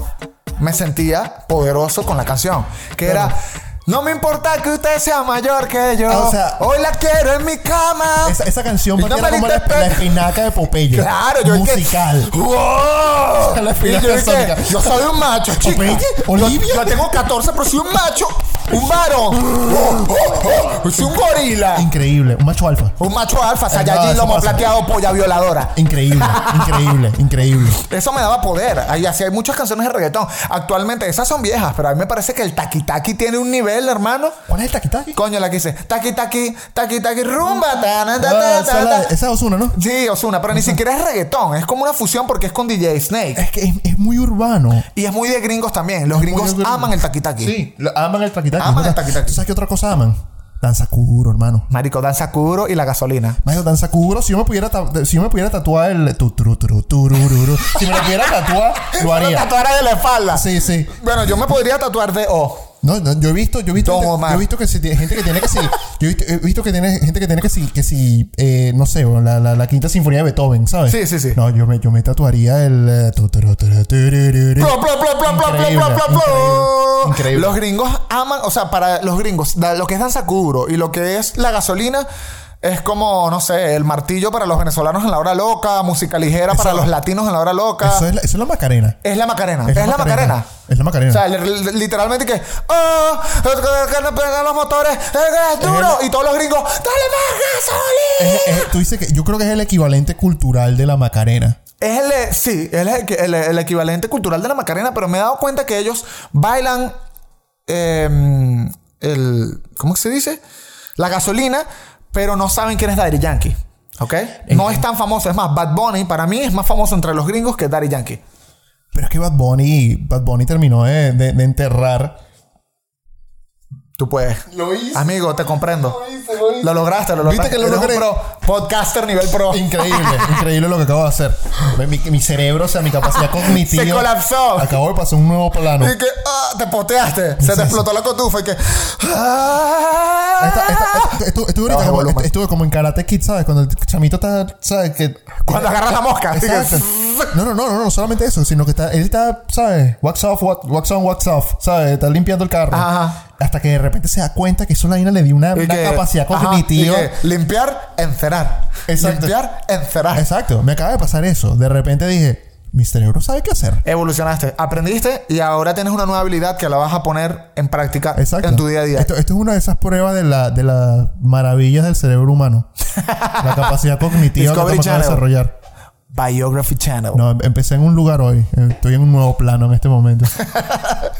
S2: me sentía poderoso con la canción. Que
S3: Claro.
S2: era. No me importa que usted sea mayor que yo.
S3: Ah, o sea-
S2: hoy la quiero en mi cama.
S3: Esa, esa canción
S2: Y no
S3: parecía como la,
S2: malinterprete-
S3: la espinaca de Popeye.
S2: Claro, yo es que-
S3: Musical.
S2: ¡Wow!
S3: A la
S2: Y
S3: final
S2: yo dije,
S3: sónica.
S2: yo soy un macho, chico.
S3: Ope- Olivia.
S2: Yo, yo tengo 14, pero soy un macho. Un varón. Oh, oh, oh. Soy un gorila.
S3: Increíble, un macho alfa.
S2: Un macho alfa,
S3: Ah,
S2: Saiyajin,
S3: eso
S2: lomo
S3: pasa.
S2: plateado, polla violadora.
S3: Increíble, increíble, increíble.
S2: Eso me daba poder. Ahí así hay muchas canciones de reggaetón. Actualmente, esas son viejas, pero a mí me parece que el taqui taqui tiene un nivel, hermano.
S3: ¿Cuál es el taquitaqui?
S2: Coño, la que dice taqui taqui, taqui taqui, rumba, ta, na, ta,
S3: Ah,
S2: ta,
S3: esa,
S2: ta,
S3: es la-
S2: ta.
S3: esa es Ozuna, ¿no?
S2: Sí, Osuna, pero ni siquiera es reggaetón. Es como una fusión porque es con DJ Snake.
S3: Es que es, es muy urbano.
S2: Y es muy de gringos también. Los gringos
S3: Muy urbano.
S2: aman el taquitaqui.
S3: Sí, lo- aman el taquitaqui.
S2: Aman
S3: ¿verdad?
S2: el taquitaqui.
S3: ¿Tú ¿Sabes qué otra cosa aman? Danza cubro, hermano.
S2: Marico, danza curo y la gasolina.
S3: Mayo, danza cubro. Si yo me pudiera, ta- si yo me pudiera tatuar el. Tu, tru, tru, turururu. Si me lo pudiera tatuar, lo haría.
S2: Tatuar de la espalda.
S3: Sí, sí.
S2: Bueno, yo me podría tatuar de O.
S3: No, no, yo he visto, yo he visto,
S2: Don
S3: gente-
S2: Omar.
S3: yo he visto que si tiene- gente que tiene que si, yo he visto, he visto que tiene gente que tiene que si, que si, eh, no sé, bueno, la, la, la quinta sinfonía de Beethoven, ¿sabes?
S2: Sí, sí, sí.
S3: No, yo me, yo me tatuaría el. eh, tu, tu, tu, tu, tu, tu, tu, tu.
S2: Plo, plo, plo, plo, plo, plo,
S3: Increíble,
S2: plo, plo, plo.
S3: increíble, increíble.
S2: Los gringos aman, o sea, para los gringos, da- lo que es danza cubro y lo que es la gasolina es como, no sé, el martillo para los venezolanos en la hora loca, música ligera para los latinos en la hora loca.
S3: Eso es la, eso es la Macarena.
S2: Es la Macarena. Es, la Macarena.
S3: Es la Macarena.
S2: O sea, li- li- literalmente que. ¡Oh! que no pegan los motores! ¡Es duro! Y todos los gringos. ¡Dale más gasolina!
S3: Es- es- Eh, tú dices que yo creo que es el equivalente cultural de la Macarena.
S2: Es el. eh, Sí, es el, equi- el- el equivalente cultural de la Macarena, pero me he dado cuenta que ellos bailan. em, el, ¿Cómo se dice? La gasolina, pero no saben quién es Daddy Yankee. ¿Ok? No es tan famoso. Es más, Bad Bunny para mí es más famoso entre los gringos que Daddy Yankee.
S3: Pero es que Bad Bunny, Bad Bunny terminó de, de- de enterrar.
S2: Tú puedes.
S3: Lo hice.
S2: Amigo, te comprendo.
S3: Lo hice, lo hice.
S2: lograste, lo
S3: ¿Viste
S2: lograste.
S3: que lo
S2: Eres un
S3: logré?
S2: pro. Podcaster nivel pro.
S3: Increíble, increíble lo que acabo de hacer. Mi, mi cerebro, o sea, mi capacidad cognitiva.
S2: Se colapsó.
S3: Acabo de pasar un nuevo plano.
S2: Y que ah, te poteaste. Se
S3: Sí,
S2: te
S3: sí.
S2: explotó la cotufa y que. ah.
S3: Esta- esta- esta- estu- estuve, ahorita
S2: Baja el
S3: como,
S2: volumen.
S3: estuve como en Karate Kid, ¿sabes? Cuando el chamito está, ¿sabes? Que,
S2: Cuando agarras la mosca. y que-
S3: Exacto. No, no, no, no, no solamente eso, sino que está, él está, ¿sabes? Wax off, wa- wax on, wax off, ¿sabes? Está limpiando el carro.
S2: Ajá.
S3: Hasta que de repente se da cuenta que eso la vaina le dio una,
S2: y
S3: una
S2: que-
S3: capacidad
S2: ajá,
S3: cognitiva.
S2: y que limpiar, encerar.
S3: Exacto.
S2: Limpiar, encerar.
S3: Exacto, me acaba de pasar eso. De repente dije, mi cerebro sabe qué hacer.
S2: Evolucionaste, aprendiste y ahora tienes una nueva habilidad que la vas a poner en práctica
S3: Exacto.
S2: en tu día a día.
S3: Esto, esto es una de esas pruebas de la, de las maravillas del cerebro humano. la capacidad cognitiva que
S2: Discovery
S3: estamos a
S2: Channel.
S3: desarrollar.
S2: Biography Channel.
S3: No, em- empecé en un lugar hoy. Estoy en un nuevo plano en este momento.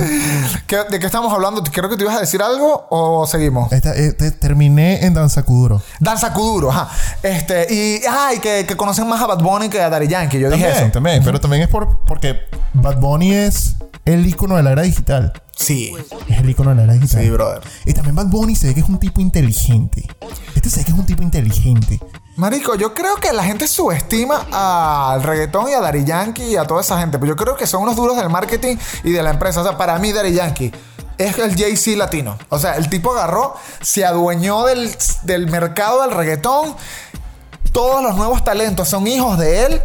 S2: ¿Qué- ¿De qué estamos hablando? Creo que te ibas a decir algo o seguimos.
S3: Esta- este- terminé en Danza Kuduro.
S2: Danza Kuduro, ajá. Este, y ay, que, que conocen más a Bad Bunny que a Daddy Yankee. Yo dije eso.
S3: también. Pero también es por, porque Bad Bunny es el icono de la era digital.
S2: Sí.
S3: Es el icono de la era digital.
S2: Sí, brother.
S3: Y también Bad Bunny se ve que es un tipo inteligente. Este se ve que es un tipo inteligente.
S2: Marico, yo creo que la gente subestima al reggaetón y a Daddy Yankee y a toda esa gente. Pero yo creo que son unos duros del marketing y de la empresa. O sea, para mí Daddy Yankee es el Jay-Z latino. O sea, el tipo agarró, se adueñó del, del mercado del reggaetón. Todos los nuevos talentos son hijos de él.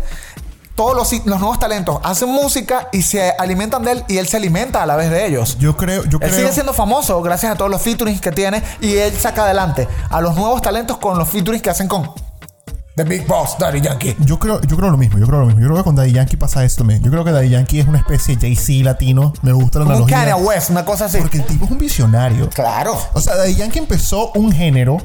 S2: Todos los, los nuevos talentos hacen música y se alimentan de él y él se alimenta a la vez de ellos.
S3: Yo creo, yo
S2: Él
S3: creo.
S2: sigue siendo famoso gracias a todos los featurings que tiene y él saca adelante a los nuevos talentos con los featurings que hacen con The Big Boss, Daddy Yankee.
S3: Yo creo, yo creo lo mismo, yo creo lo mismo. Yo creo que con Daddy Yankee pasa esto también. Yo creo que Daddy Yankee es una especie de Jay-Z latino. Me gusta la
S2: Como un
S3: analogía.
S2: Kanye West, una cosa así.
S3: Porque el tipo es un visionario.
S2: Claro.
S3: O sea, Daddy Yankee empezó un género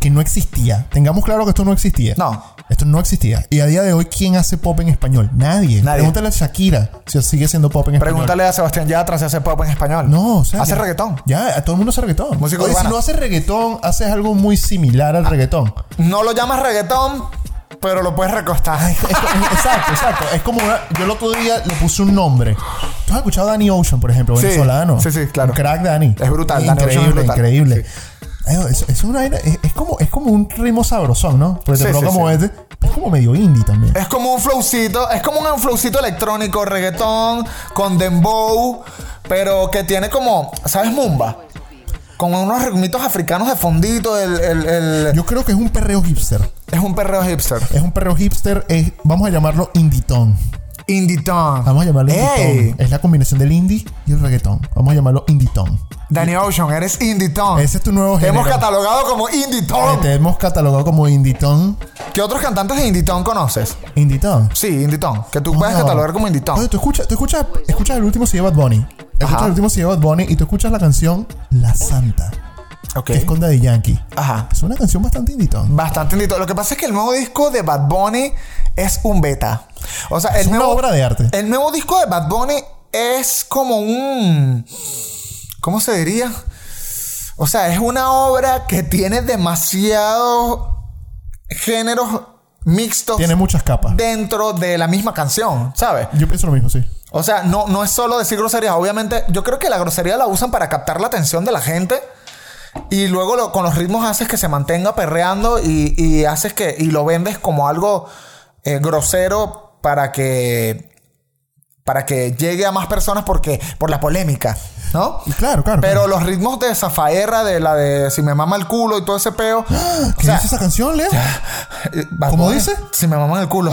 S3: que no existía. Tengamos claro que esto no existía.
S2: No.
S3: Esto no existía. Y a día de hoy, ¿quién hace pop en español? Nadie.
S2: Nadie.
S3: Pregúntale a Shakira si sigue siendo pop en español.
S2: Pregúntale a Sebastián Yatra si hace pop en español.
S3: No, o sea,
S2: Hace
S3: ya-
S2: reggaetón.
S3: Ya, todo el mundo hace reggaetón.
S2: Música
S3: Oye,
S2: urbana.
S3: si no haces reggaetón, haces algo muy similar al reggaetón.
S2: No lo llamas reggaetón, pero lo puedes recostar.
S3: Es co- es- exacto, exacto. Es como una- yo el otro día le puse un nombre. ¿Tú has escuchado a Danny Ocean, por ejemplo,
S2: Sí,
S3: venezolano?
S2: sí, sí, claro.
S3: Un crack Danny.
S2: Es brutal, Danny Ocean es
S3: Increíble,
S2: brutal.
S3: increíble. Ay, no, Es, es una vaina- es- es como, es como un ritmo sabrosón, ¿no? Porque
S2: Sí,
S3: te provoca
S2: sí, sí.
S3: moverte. Es como medio indie también.
S2: Es como un flowcito, es como un flowcito electrónico, reggaetón, con dembow, pero que tiene como, ¿sabes? Mumba. Con unos ritmitos africanos de fondito, el, el- el-
S3: Yo creo que es un perreo hipster.
S2: es un perreo hipster.
S3: Es un perreo hipster, es- vamos a llamarlo inditón.
S2: Indie Town.
S3: Vamos a llamarlo
S2: Ey,
S3: inditón. Es la combinación del indie y el reggaetón. Vamos a llamarlo inditón.
S2: Danny Ocean, eres Indie Town.
S3: Ese es tu nuevo
S2: Te
S3: género.
S2: hemos Ah. catalogado como Indie
S3: Eh,
S2: Town.
S3: Te hemos catalogado como inditón.
S2: ¿Qué otros cantantes de Indie Town conoces?
S3: Inditón.
S2: Sí, Indie Town. Que tú puedes
S3: No.
S2: catalogar como Indie
S3: Oye,
S2: Town.
S3: tú escuchas, tú escuchas, escuchas el último CD de Bad Bunny. Escuchas
S2: Ajá.
S3: el último CD de Bad Bunny y tú escuchas la canción La Santa,
S2: Ok.
S3: que es con Daddy Yankee.
S2: Ajá.
S3: Es una canción bastante inditón.
S2: Bastante indie Town. Lo que pasa es que el nuevo disco de Bad Bunny es un beta. O sea,
S3: Es
S2: el
S3: una
S2: nuevo,
S3: obra de arte.
S2: El nuevo disco de Bad Bunny es como un. ¿Cómo se diría? O sea, es una obra que tiene demasiados géneros mixtos
S3: Tiene muchas capas.
S2: dentro de la misma canción, ¿sabes?
S3: Yo pienso lo mismo, sí.
S2: O sea, no, no es solo decir groserías. Obviamente, yo creo que la grosería la usan para captar la atención de la gente. Y luego lo- con los ritmos haces que se mantenga perreando y, y haces que. Y lo vendes como algo eh, grosero para que. Para que llegue a más personas porque. por la polémica. ¿No?
S3: Y claro, claro,
S2: Pero
S3: claro.
S2: los ritmos de Zafaerra, de la de Si me mama el culo y todo ese peo. o
S3: ¿Qué
S2: sea,
S3: dice esa canción, Leo?
S2: eh, Bad
S3: ¿Cómo
S2: Bunny,
S3: dice?
S2: Si me maman el culo.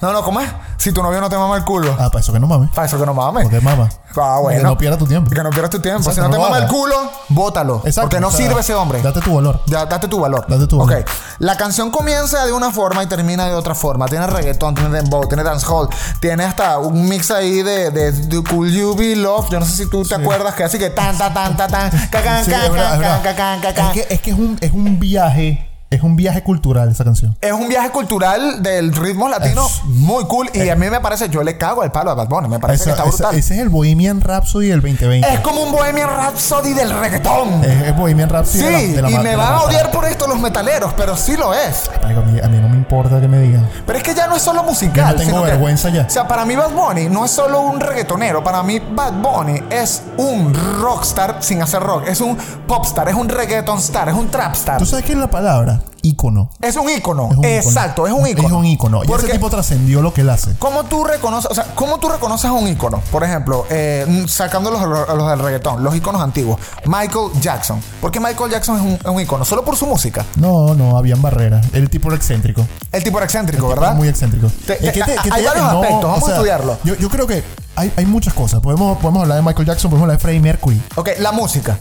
S2: No, no, ¿cómo es? Si tu novio no te mama el culo.
S3: Ah, para eso que no mames.
S2: Para eso que no mames.
S3: Porque mama.
S2: Ah, bueno.
S3: Que no pierdas tu tiempo.
S2: Que no pierdas tu tiempo.
S3: Exacto,
S2: si no
S3: no
S2: te
S3: lo
S2: mama el
S3: hagas.
S2: culo, bótalo.
S3: Exacto.
S2: Porque no
S3: o sea,
S2: sirve ese hombre.
S3: Date tu valor.
S2: Ya, date tu valor.
S3: Date tu valor.
S2: Ok. La canción comienza de una forma y termina de otra forma. Tiene reggaetón, tiene dembow, tiene dancehall. Tiene hasta un mix ahí de, de, de Could You Be Love. Yo no sé si tú te acuerdas que así que tan, tan, tan, tan, tan. Cacan,
S3: Sí, es
S2: cacan,
S3: verdad, es
S2: cacan,
S3: verdad.
S2: cacan,
S3: Es
S2: cacan.
S3: que- Es que es un- es un viaje, es un viaje cultural esa canción.
S2: Es un viaje cultural del ritmo latino
S3: Es- eh.
S2: muy cool. Y a mí me parece, yo le cago al palo a Bad Bunny. Me parece que
S3: Esa-
S2: está
S3: esa-
S2: brutal.
S3: ese es el Bohemian Rhapsody del 2020.
S2: Es como un Bohemian Rhapsody del reggaetón.
S3: Es, es Bohemian Rhapsody
S2: Sí,
S3: de la, de la
S2: y
S3: mar-
S2: me
S3: de la
S2: van a
S3: marca.
S2: odiar por esto los metaleros, pero sí lo es.
S3: Marico, a mí, a mí no me importa que me digan.
S2: Pero es que ya no es solo musical.
S3: Yo no tengo
S2: sino que-
S3: vergüenza ya.
S2: O sea, para mí Bad Bunny no es solo un reggaetonero. Para mí Bad Bunny es un rockstar sin hacer rock. Es un popstar, es un reggaeton star, es un trapstar.
S3: ¿Tú sabes qué es la palabra? Ícono.
S2: Es un ícono.
S3: Es un ícono.
S2: Exacto, es un ícono.
S3: Es un ícono. Y
S2: Porque-
S3: ese tipo trascendió lo que él hace.
S2: ¿Cómo tú reconoces, o sea, cómo tú reconoces a un ícono? Por ejemplo, eh, mm, sacando los, los- los del reggaetón, los íconos antiguos. Michael Jackson. ¿Por qué Michael Jackson es un, es un ícono? Solo por su música.
S3: No, no, habían barreras. El tipo era excéntrico.
S2: El tipo era excéntrico,
S3: Era
S2: ¿verdad?
S3: Muy excéntrico.
S2: ¿Ah? Te- te-
S3: Es que te-
S2: a-
S3: que
S2: hay
S3: te-
S2: varios
S3: no,
S2: aspectos,
S3: o
S2: vamos a
S3: sea,
S2: estudiarlo.
S3: Yo, yo creo que hay, hay muchas cosas. Podemos, podemos hablar de Michael Jackson, podemos hablar de Freddie Mercury.
S2: Ok, la música.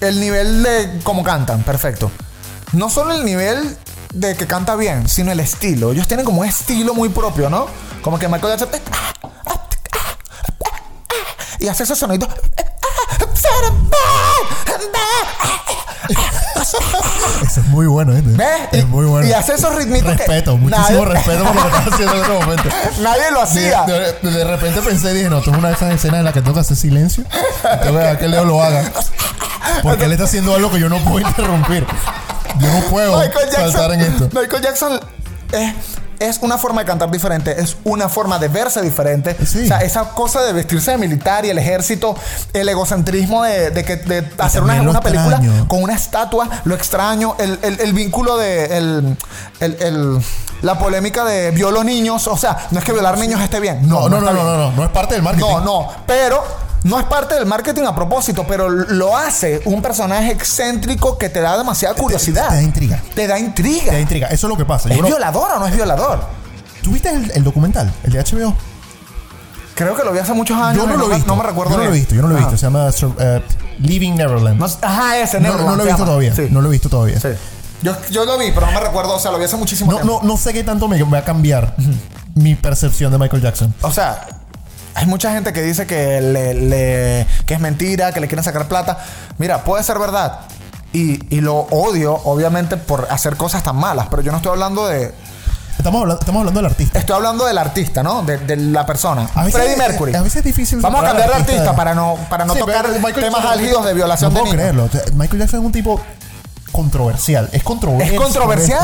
S2: El nivel de cómo cantan, perfecto. No solo el nivel de que canta bien, sino el estilo. Ellos tienen como un estilo muy propio, ¿no? Como que Michael Jackson... eh, ah, Y hace esos sonidos... eh, ah,
S3: Eso es muy bueno, ¿eh?
S2: ¿Ves?
S3: Es
S2: Y-
S3: muy bueno.
S2: y hace esos ritmitos que-
S3: Respeto, muchísimo
S2: Nadie-
S3: oh, respeto por lo que estás haciendo en este momento.
S2: Nadie lo
S3: De,
S2: hacía.
S3: de- de repente pensé, dije, no, esto es una de esas escenas en las que tengo que hacer silencio. Tengo que dejar que Leo lo haga. Porque él está haciendo algo que yo no puedo interrumpir. Yo no puedo
S2: Michael
S3: saltar
S2: Jackson,
S3: en esto.
S2: Michael Jackson es, es una forma de cantar diferente, es una forma de verse diferente.
S3: Sí.
S2: O sea, esa cosa de vestirse de militar y el ejército, el egocentrismo de, de que, de hacer una,
S3: también lo
S2: una película
S3: extraño.
S2: con una estatua, lo extraño, el, el- el vínculo de el- el- el- la polémica de violo niños. O sea, no es que violar niños esté bien.
S3: No, no, no,
S2: está
S3: no,
S2: bien.
S3: no, no, no es parte del marketing.
S2: No, no, pero no es parte del marketing a propósito, pero lo hace un personaje excéntrico que te da demasiada curiosidad.
S3: te da intriga.
S2: Te da intriga.
S3: Te da intriga. Eso es lo que pasa. Yo
S2: ¿Es
S3: creo-
S2: violador o no es violador?
S3: ¿Tú viste el, el documental? El de HBO.
S2: Creo que lo vi hace muchos años.
S3: Yo no
S2: y
S3: lo he
S2: me-
S3: visto.
S2: No me recuerdo
S3: Yo no lo he
S2: bien.
S3: visto, yo no lo he
S2: Ajá.
S3: visto. Se llama Sur- eh, Leaving Neverland.
S2: No- ajá, ese,
S3: No,
S2: Neverland
S3: no lo he
S2: se
S3: visto
S2: llama.
S3: todavía.
S2: Sí.
S3: No lo he visto todavía.
S2: Sí. Yo, yo lo vi, pero no me recuerdo. O sea, lo vi hace muchísimo
S3: No,
S2: tiempo.
S3: no, no sé qué tanto me va a cambiar mi percepción de Michael Jackson.
S2: O sea, hay mucha gente que dice que, le, le- que es mentira, que le quieren sacar plata. Mira, puede ser verdad. y, y lo odio, obviamente, por hacer cosas tan malas. Pero yo no estoy hablando de.
S3: Estamos hablando, estamos hablando del artista.
S2: Estoy hablando del artista, ¿no? De, de la persona.
S3: A veces-
S2: Freddie Mercury.
S3: a veces es difícil
S2: Vamos a
S3: separar
S2: cambiar de
S3: al artista
S2: artista,
S3: de-
S2: para no, para no
S3: Sí,
S2: tocar
S3: pero Michael
S2: temas
S3: Jackson-
S2: álgidos de violación de
S3: no puedo
S2: niños.
S3: creerlo. O sea, Michael Jackson es un tipo controversial. Es controversial.
S2: Es controversial,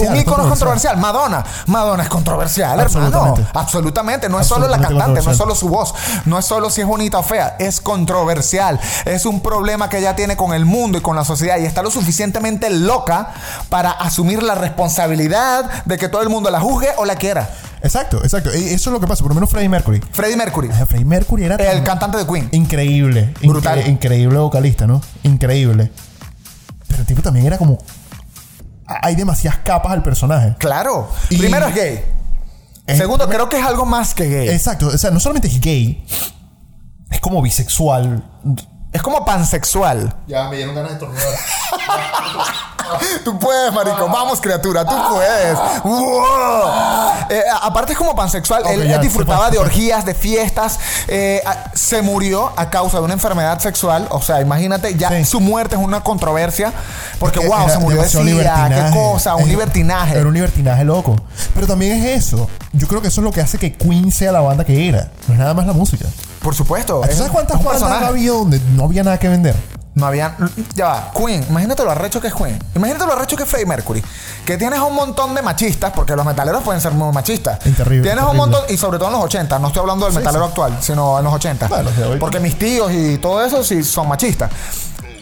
S2: un ícono
S3: es
S2: es controversial. Madonna, Madonna es controversial, hermano.
S3: Absolutamente.
S2: Absolutamente, no es solo la
S3: Absolutamente
S2: cantante, no es
S3: controversial.
S2: solo su voz, no es solo si es bonita o fea, es controversial. Es un problema que ella tiene con el mundo y con la sociedad y está lo suficientemente loca para asumir la responsabilidad de que todo el mundo la juzgue o la quiera.
S3: Exacto, exacto. Y Eso es lo que pasa. Por lo menos Freddie Mercury.
S2: Freddie Mercury,
S3: O sea, Freddie Mercury era
S2: el
S3: tan-
S2: cantante de Queen.
S3: increíble.
S2: Brutal.
S3: incre- increíble vocalista, ¿no? Increíble. Pero el tipo también era como. Hay demasiadas capas al personaje.
S2: Claro.
S3: Y-
S2: Primero es gay.
S3: Es-
S2: Segundo, creo que es algo más que gay.
S3: Exacto. O sea, no solamente es gay, es como bisexual.
S2: Es como pansexual.
S3: Ya me dieron ganas de tornear.
S2: Tú puedes, marico. Vamos, criatura, tú puedes. ¡Wow! Eh, a- aparte es como pansexual. él,
S3: Ok,
S2: él
S3: ya,
S2: disfrutaba
S3: se
S2: de
S3: fue, se fue.
S2: orgías, de fiestas. eh, a- se murió a causa de una enfermedad sexual. O sea, imagínate, ya
S3: Sí.
S2: su muerte es una controversia. Porque,
S3: que
S2: wow,
S3: era
S2: se murió de
S3: demasiado
S2: sida, qué
S3: libertinaje.
S2: cosa, un
S3: Es-
S2: libertinaje.
S3: Era un libertinaje loco. Pero también es eso. Yo creo que eso es lo que hace que Queen sea la banda que era. No es nada más la música.
S2: Por supuesto.
S3: ¿Tú
S2: es
S3: sabes
S2: un-
S3: cuántas
S2: un
S3: bandas ha
S2: personaje.
S3: habido donde no había nada que vender?
S2: No había. Ya va, Queen. Imagínate lo arrecho que es Queen. Imagínate lo arrecho que es Freddie Mercury. Que tienes a un montón de machistas, porque los metaleros pueden ser muy machistas.
S3: Es terrible,
S2: Tienes un
S3: terrible.
S2: montón, y sobre todo en los 80. No estoy hablando del metalero actual, sino en los 80.
S3: Bueno, los de hoy.
S2: porque mis tíos y todo eso sí son machistas.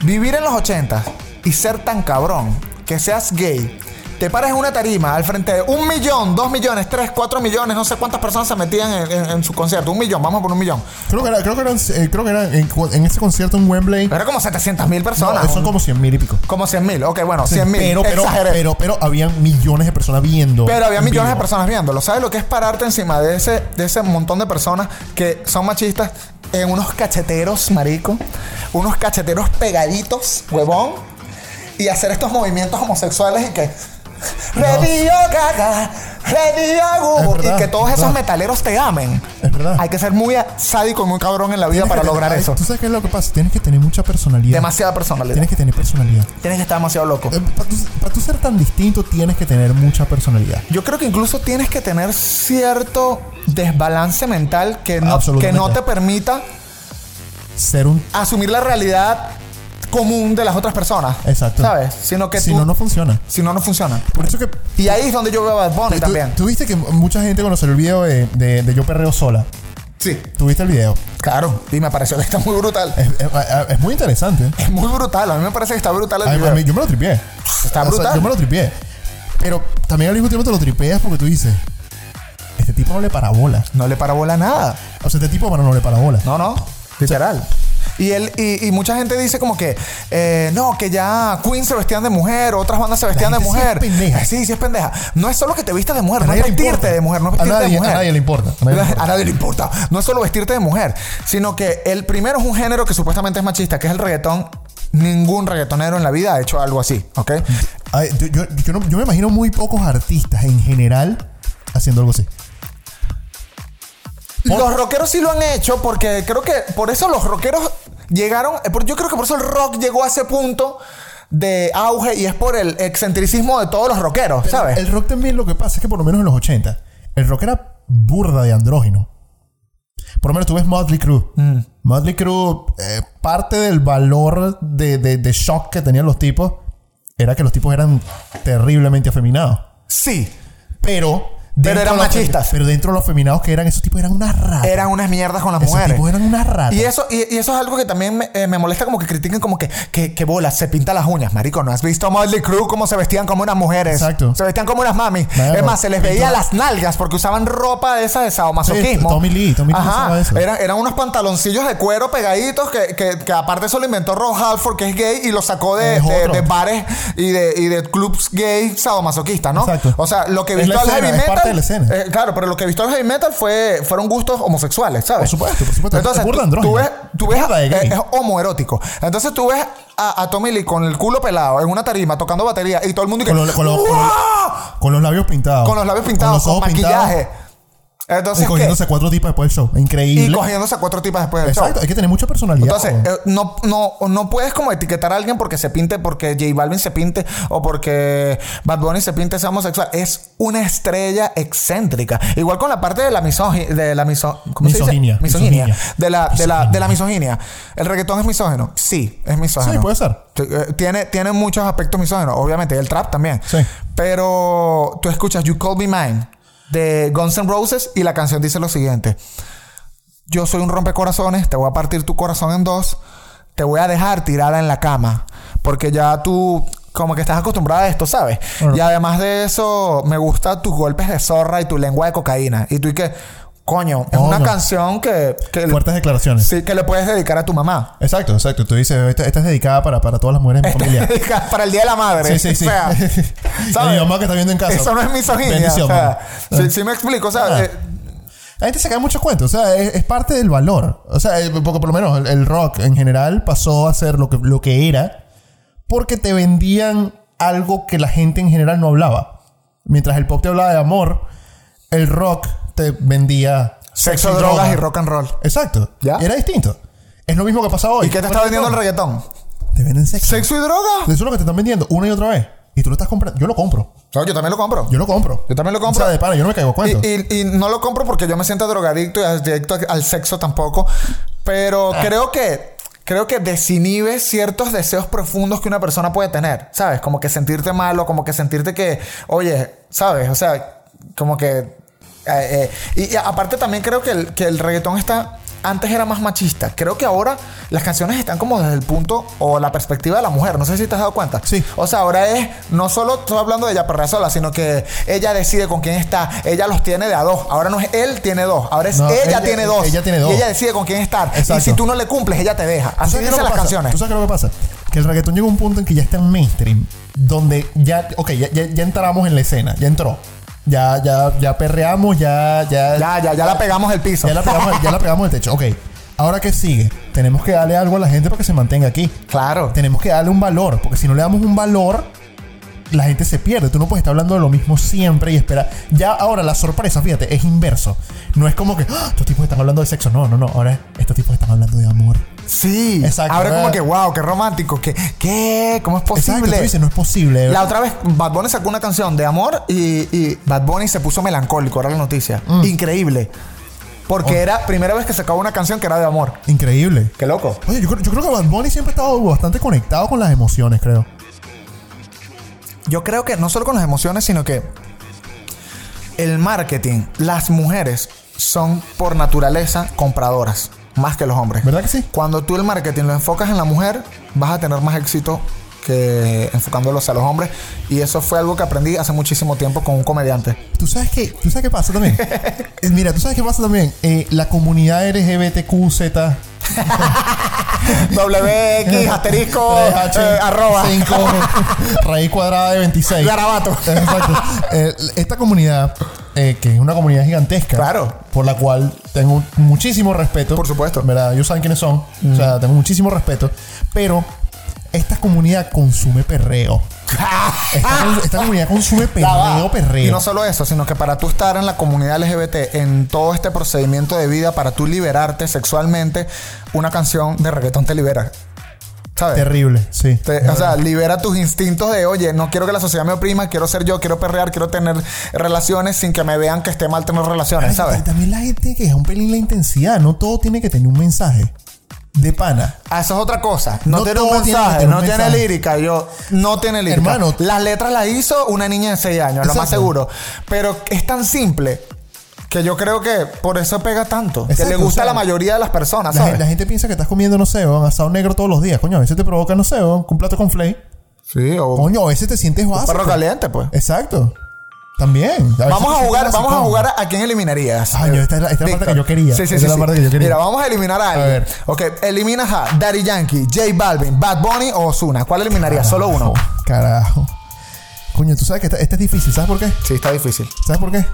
S2: Vivir en los 80 y ser tan cabrón que seas gay. Te paras en una tarima al frente de un millón, dos millones, tres, cuatro millones, no sé cuántas personas se metían en, en- en su concierto. Un millón, vamos por un millón.
S3: Creo que era, creo que eran- eh, creo que eran en, en ese concierto en Wembley.
S2: Pero era como 700 mil
S3: no,
S2: personas.
S3: son
S2: un-
S3: como 100 mil y pico.
S2: como 100 mil, ok, bueno, 100 mil.
S3: Pero, pero,
S2: Exageré.
S3: pero, pero habían millones de personas viendo.
S2: Pero había
S3: en
S2: millones de
S3: vivo.
S2: personas viéndolo. ¿Sabes lo que es pararte encima de ese, de ese montón de personas que son machistas en unos cacheteros, marico? Unos cacheteros pegaditos, huevón. Y hacer estos movimientos homosexuales y que. Radio Gaga, Radio
S3: Es
S2: Gugu", Y
S3: verdad,
S2: que todos
S3: es
S2: esos
S3: verdad.
S2: metaleros te amen.
S3: Es verdad.
S2: Hay que ser muy sádico y muy cabrón en la vida
S3: Tienes
S2: para
S3: que
S2: lograr
S3: tener-
S2: eso.
S3: ¿Tú sabes qué es lo que pasa? Tienes que tener mucha personalidad.
S2: Demasiada personalidad.
S3: Tienes que tener personalidad.
S2: Tienes que estar demasiado loco.
S3: Eh, Para tú, para tú ser tan distinto, tienes que tener mucha personalidad.
S2: Yo creo que incluso tienes que tener cierto desbalance mental que no, que
S3: Absolutamente.
S2: no te permita
S3: Ser un.
S2: asumir la realidad común de las otras personas.
S3: Exacto.
S2: ¿Sabes? Sino que
S3: si
S2: tú-
S3: no, no funciona.
S2: si no, no funciona.
S3: Por eso que.
S2: Y ahí es donde yo veo a Bad Bunny
S3: tú-
S2: también.
S3: Tú viste que mucha gente cuando salió el video de, de- de Yo Perreo Sola.
S2: sí.
S3: Tuviste el video.
S2: Claro. Y me pareció que está muy brutal.
S3: Es, es- a- a- es muy interesante.
S2: Es muy brutal. A mí me parece que está brutal el
S3: A mí-
S2: video.
S3: a mí- yo me lo tripié.
S2: Está
S3: O sea,
S2: brutal.
S3: yo me lo tripié. Pero también al mismo tiempo te lo tripeas porque tú dices: Este tipo no le para bola.
S2: No le parabola nada.
S3: O sea, este tipo bueno, no le para bola.
S2: No, no. Literal. Y, él, y, y mucha gente dice como que, eh, no, que ya Queen se vestían de mujer, otras bandas se vestían de
S3: gente sí es
S2: mujer.
S3: pendeja.
S2: Sí, sí es pendeja. No es solo que te vistas de mujer,
S3: A
S2: no es
S3: nadie le
S2: vestirte
S3: importa.
S2: de mujer, no es
S3: A
S2: vestirte de
S3: nadie-
S2: mujer.
S3: a nadie le importa, a nadie le importa.
S2: A nadie le importa. No es solo vestirte de mujer, sino que el primero es un género que supuestamente es machista, que es el reggaetón. Ningún reggaetonero en la vida ha hecho algo así, ¿ok?
S3: Ay, yo, yo- yo no- yo me imagino muy pocos artistas en general haciendo algo así.
S2: Los rockeros sí lo han hecho porque creo que por eso los rockeros llegaron, eh, por- yo creo que por eso el rock llegó a ese punto de auge y es por el excentricismo de todos los rockeros,
S3: Pero
S2: ¿sabes?
S3: El rock también lo que pasa es que por lo menos en los 80, el rock era burda de andrógino. Por lo menos tú ves Motley Crue.
S2: Mm.
S3: Motley Crue, eh, parte del valor de, de- de shock que tenían los tipos era que los tipos eran terriblemente afeminados.
S2: sí.
S3: Pero...
S2: Pero
S3: dentro
S2: eran
S3: de los fe-
S2: machistas.
S3: Pero dentro de los afeminados que eran, esos tipos eran una rata.
S2: Eran unas mierdas con las
S3: esos
S2: mujeres.
S3: tipos eran una rata.
S2: Y eso, y, y eso es algo que también me, eh, me molesta como que critiquen como que, que, que bola, se pinta las uñas, marico. ¿No has visto a Motley Crue cómo se vestían como unas mujeres?
S3: Exacto.
S2: Se vestían como unas mami.
S3: Claro.
S2: es más, se les veía
S3: Pintura.
S2: las nalgas porque usaban ropa de esa de
S3: Sí,
S2: sadomasoquismo.
S3: Tommy Lee, Tommy Lee
S2: Ajá.
S3: usaba eso.
S2: Eran, eran unos pantaloncillos de cuero pegaditos que, que, que aparte eso lo inventó Ron Halford, que es gay, y lo sacó de,
S3: Es
S2: de-
S3: otro.
S2: de bares y de, y de clubs gay sadomasoquistas, ¿no?
S3: Exacto.
S2: O sea, lo que
S3: Es
S2: visto
S3: la
S2: al
S3: escena,
S2: heavy
S3: es
S2: metal.
S3: parte de la escena.
S2: eh, claro, pero lo que visto al heavy metal fue, fueron gustos homosexuales, ¿sabes?
S3: Por supuesto, por supuesto.
S2: Eh, Entonces,
S3: Es burda
S2: tú, tú
S3: andrógina.
S2: ves, tú ves
S3: Es burda de
S2: eh,
S3: gay.
S2: es homoerótico. Entonces tú ves a, a Tommy Lee con el culo pelado en una tarima tocando batería y todo el mundo y que,
S3: Con lo- con lo- con lo-
S2: "¡Wow!"
S3: Con los labios pintados.
S2: con los labios pintados, con,
S3: ojos pintados.
S2: maquillaje. Entonces,
S3: y cogiéndose a cuatro tipas después del show.
S2: ¿qué? Y
S3: Increíble.
S2: cogiéndose a cuatro tipas después del show.
S3: Exacto, hay que tener mucha personalidad.
S2: Entonces,
S3: weón.
S2: eh, no, no, no puedes como etiquetar a alguien porque se pinte, porque J Balvin se pinte o porque Bad Bunny se pinte sea homosexual. Es una estrella excéntrica. Igual con la parte de la misogi de la miso ¿cómo se dice?
S3: Misoginia.
S2: misoginia.
S3: Misoginia.
S2: De la, de la,
S3: Misoginia.
S2: de la misoginia. ¿El reggaetón es misógeno? Sí, es misógeno.
S3: Sí, puede ser.
S2: T- eh, Tiene, tiene muchos aspectos misógenos, obviamente. El trap también.
S3: Sí.
S2: Pero tú escuchas You Call Me Mine de Guns N' Roses y la canción dice lo siguiente. Yo soy un rompecorazones, te voy a partir tu corazón en dos, te voy a dejar tirada en la cama, porque ya tú como que estás acostumbrada a esto, ¿sabes?
S3: Claro.
S2: Y además de eso, me gustan tus golpes de zorra y tu lengua de cocaína. Y tú y que, coño, es una
S3: Coño.
S2: canción que, que,
S3: Fuertes declaraciones.
S2: sí, que le puedes dedicar a tu mamá.
S3: Exacto, exacto. Tú dices, esta, esta es dedicada para, para todas las mujeres de mi familia.
S2: Para el Día de la Madre.
S3: Sí, sí, sí.
S2: O sea, ¿sabes?
S3: Mi mamá que está viendo en casa.
S2: Eso no es misoginia.
S3: Bendición,
S2: O sea,
S3: mamá.
S2: si, me explico, o sea,
S3: Ah.
S2: eh,
S3: La gente se cae muchos cuentos. O sea, es, es parte del valor. O sea, eh, porque por lo menos el, el rock en general pasó a ser lo que, lo que era porque te vendían algo que la gente en general no hablaba. Mientras el pop te hablaba de amor, ah, el rock te vendía
S2: sexo,
S3: y
S2: drogas
S3: droga.
S2: y rock and roll.
S3: Exacto.
S2: ¿Ya?
S3: Era distinto. Es lo mismo que pasa hoy.
S2: ¿Y qué te está vendiendo el reggaetón?
S3: Te venden sexo.
S2: ¿Sexo y
S3: Eso
S2: droga?
S3: es lo que te están vendiendo una y otra vez. Y tú lo estás comprando. Yo lo compro.
S2: No, yo también lo compro.
S3: Yo lo compro.
S2: Yo también lo
S3: O
S2: compro.
S3: sea, de pana, yo no me caigo a cuento.
S2: Y, y- y no lo compro porque yo me siento drogadicto y adicto al sexo tampoco. Pero
S3: Ah.
S2: creo que creo que desinhibe ciertos deseos profundos que una persona puede tener. ¿Sabes? Como que sentirte malo, como que sentirte que, oye, ¿sabes? O sea, como que. eh, eh, Y, y aparte también creo que el, que el reggaetón está. Antes era más machista. Creo que ahora las canciones están como desde el punto o la perspectiva de la mujer. No sé si te has dado cuenta.
S3: Sí.
S2: O sea, ahora es, no solo estoy hablando de ella perra sola, sino que ella decide con quién está. Ella los tiene de a dos. Ahora no es él tiene dos. Ahora es
S3: No,
S2: ella,
S3: ella- e-
S2: tiene dos.
S3: ella tiene dos.
S2: Y ella decide con quién estar. Y
S3: Exacto.
S2: si tú no le cumples, ella te deja.
S3: ¿Tú
S2: Así
S3: sabes qué
S2: dicen
S3: es lo que
S2: las
S3: pasa?
S2: canciones.
S3: ¿Tú sabes qué es lo que pasa? Que el reggaetón llega a un punto en que ya está en mainstream. Donde ya, ok, ya, ya, ya entramos en la escena. Ya entró. Ya, ya, ya perreamos, ya, ya.
S2: Ya, ya, ya la pegamos el piso.
S3: ya la pegamos, ya la pegamos el techo. Ok. Ahora qué sigue, tenemos que darle algo a la gente para que se mantenga aquí.
S2: Claro.
S3: Tenemos que darle un valor, porque si no le damos un valor, la gente se pierde. Tú no puedes estar hablando de lo mismo siempre y esperar. Ya ahora la sorpresa, fíjate, es inverso. No es como que "Ah, estos tipos están hablando de sexo. No, no, no. Ahora es, estos tipos están hablando de amor.
S2: Sí.
S3: Exacto.
S2: Ahora
S3: ¿verdad?
S2: como que, wow, qué romántico. ¿Qué? qué? ¿Cómo es
S3: Exacto,
S2: posible?
S3: tú dices, no es posible.
S2: La otra vez, Bad Bunny sacó una canción de amor y, y Bad Bunny se puso melancólico. Ahora la noticia.
S3: Mm.
S2: Increíble. Porque
S3: Oh.
S2: era primera vez que sacaba una canción que era de amor.
S3: Increíble.
S2: Qué loco.
S3: Oye, yo, creo- yo creo que Bad Bunny siempre ha estado bastante conectado con las emociones, creo.
S2: Yo creo que no solo con las emociones, sino que el marketing, las mujeres son por naturaleza compradoras, más que los hombres.
S3: ¿Verdad que sí?
S2: Cuando tú el marketing lo enfocas en la mujer, vas a tener más éxito que enfocándolos a los hombres. Y eso fue algo que aprendí hace muchísimo tiempo con un comediante.
S3: Tú sabes que, tú sabes qué pasa también. Eh, Mira, tú sabes qué pasa también. Eh, la comunidad LGBTQZ.
S2: WX, asterisco, eh, arroba.
S3: 5 raíz cuadrada de 26.
S2: Garabato.
S3: Exacto. Eh, esta comunidad, eh, que es una comunidad gigantesca.
S2: Claro.
S3: Por la cual tengo muchísimo respeto.
S2: Por supuesto.
S3: ¿Verdad? Ellos saben quiénes son. O sea, tengo muchísimo respeto. Pero esta comunidad consume perreo.
S2: Ah.
S3: Esta, esta comunidad consume
S2: Ya va.
S3: perreo, perreo.
S2: Ah, Y no solo eso, sino que para tú estar en la comunidad LGBT, en todo este procedimiento de vida, para tú liberarte sexualmente, una canción de reggaetón te libera. ¿Sabes?
S3: Terrible, sí.
S2: Te- o sea, libera tus instintos de, oye, no quiero que la sociedad me oprima, quiero ser yo, quiero perrear, quiero tener relaciones sin que me vean que esté mal tener relaciones,
S3: Ay,
S2: ¿sabes?
S3: y También la gente que es un pelín la intensidad. No todo tiene que tener un mensaje. De pana.
S2: Ah, eso es otra cosa. No,
S3: No
S2: tiene un
S3: todo tiene que
S2: mensaje,
S3: tener un
S2: no tiene
S3: mensaje.
S2: lírica. Yo, no tiene lírica.
S3: Hermano.
S2: Las letras las hizo una niña de 6 años, lo más
S3: Exacto.
S2: seguro. Pero es tan simple que yo creo que por eso pega tanto. que
S3: Exacto,
S2: le gusta
S3: o sea,
S2: a la mayoría de las personas,
S3: La,
S2: Ah, ¿sabes?
S3: gen- la gente piensa que estás comiendo, no sé, weón, asado negro todos los días. Coño, a veces te provoca, no sé, weón, un plato con flay.
S2: sí, o
S3: Coño, a veces te sientes básico.
S2: perro caliente, pues.
S3: Exacto. También.
S2: Vamos
S3: veces te
S2: a
S3: sientes
S2: jugar,
S3: básico.
S2: vamos a jugar a, a quién eliminarías.
S3: Ay, yo, esta es la- esta es la parte
S2: Víctor.
S3: que yo quería.
S2: Sí, sí,
S3: Esta
S2: sí,
S3: es la
S2: sí.
S3: parte que yo quería.
S2: Mira, vamos a eliminar a alguien.
S3: ver.
S2: Ok, eliminas a Daddy Yankee, J Balvin, Bad Bunny o Ozuna. ¿Cuál eliminarías? Solo uno.
S3: Carajo, Carajo. Coño, tú sabes que esta, esta es difícil. ¿Sabes por qué?
S2: Sí, está difícil.
S3: ¿Sabes por qué?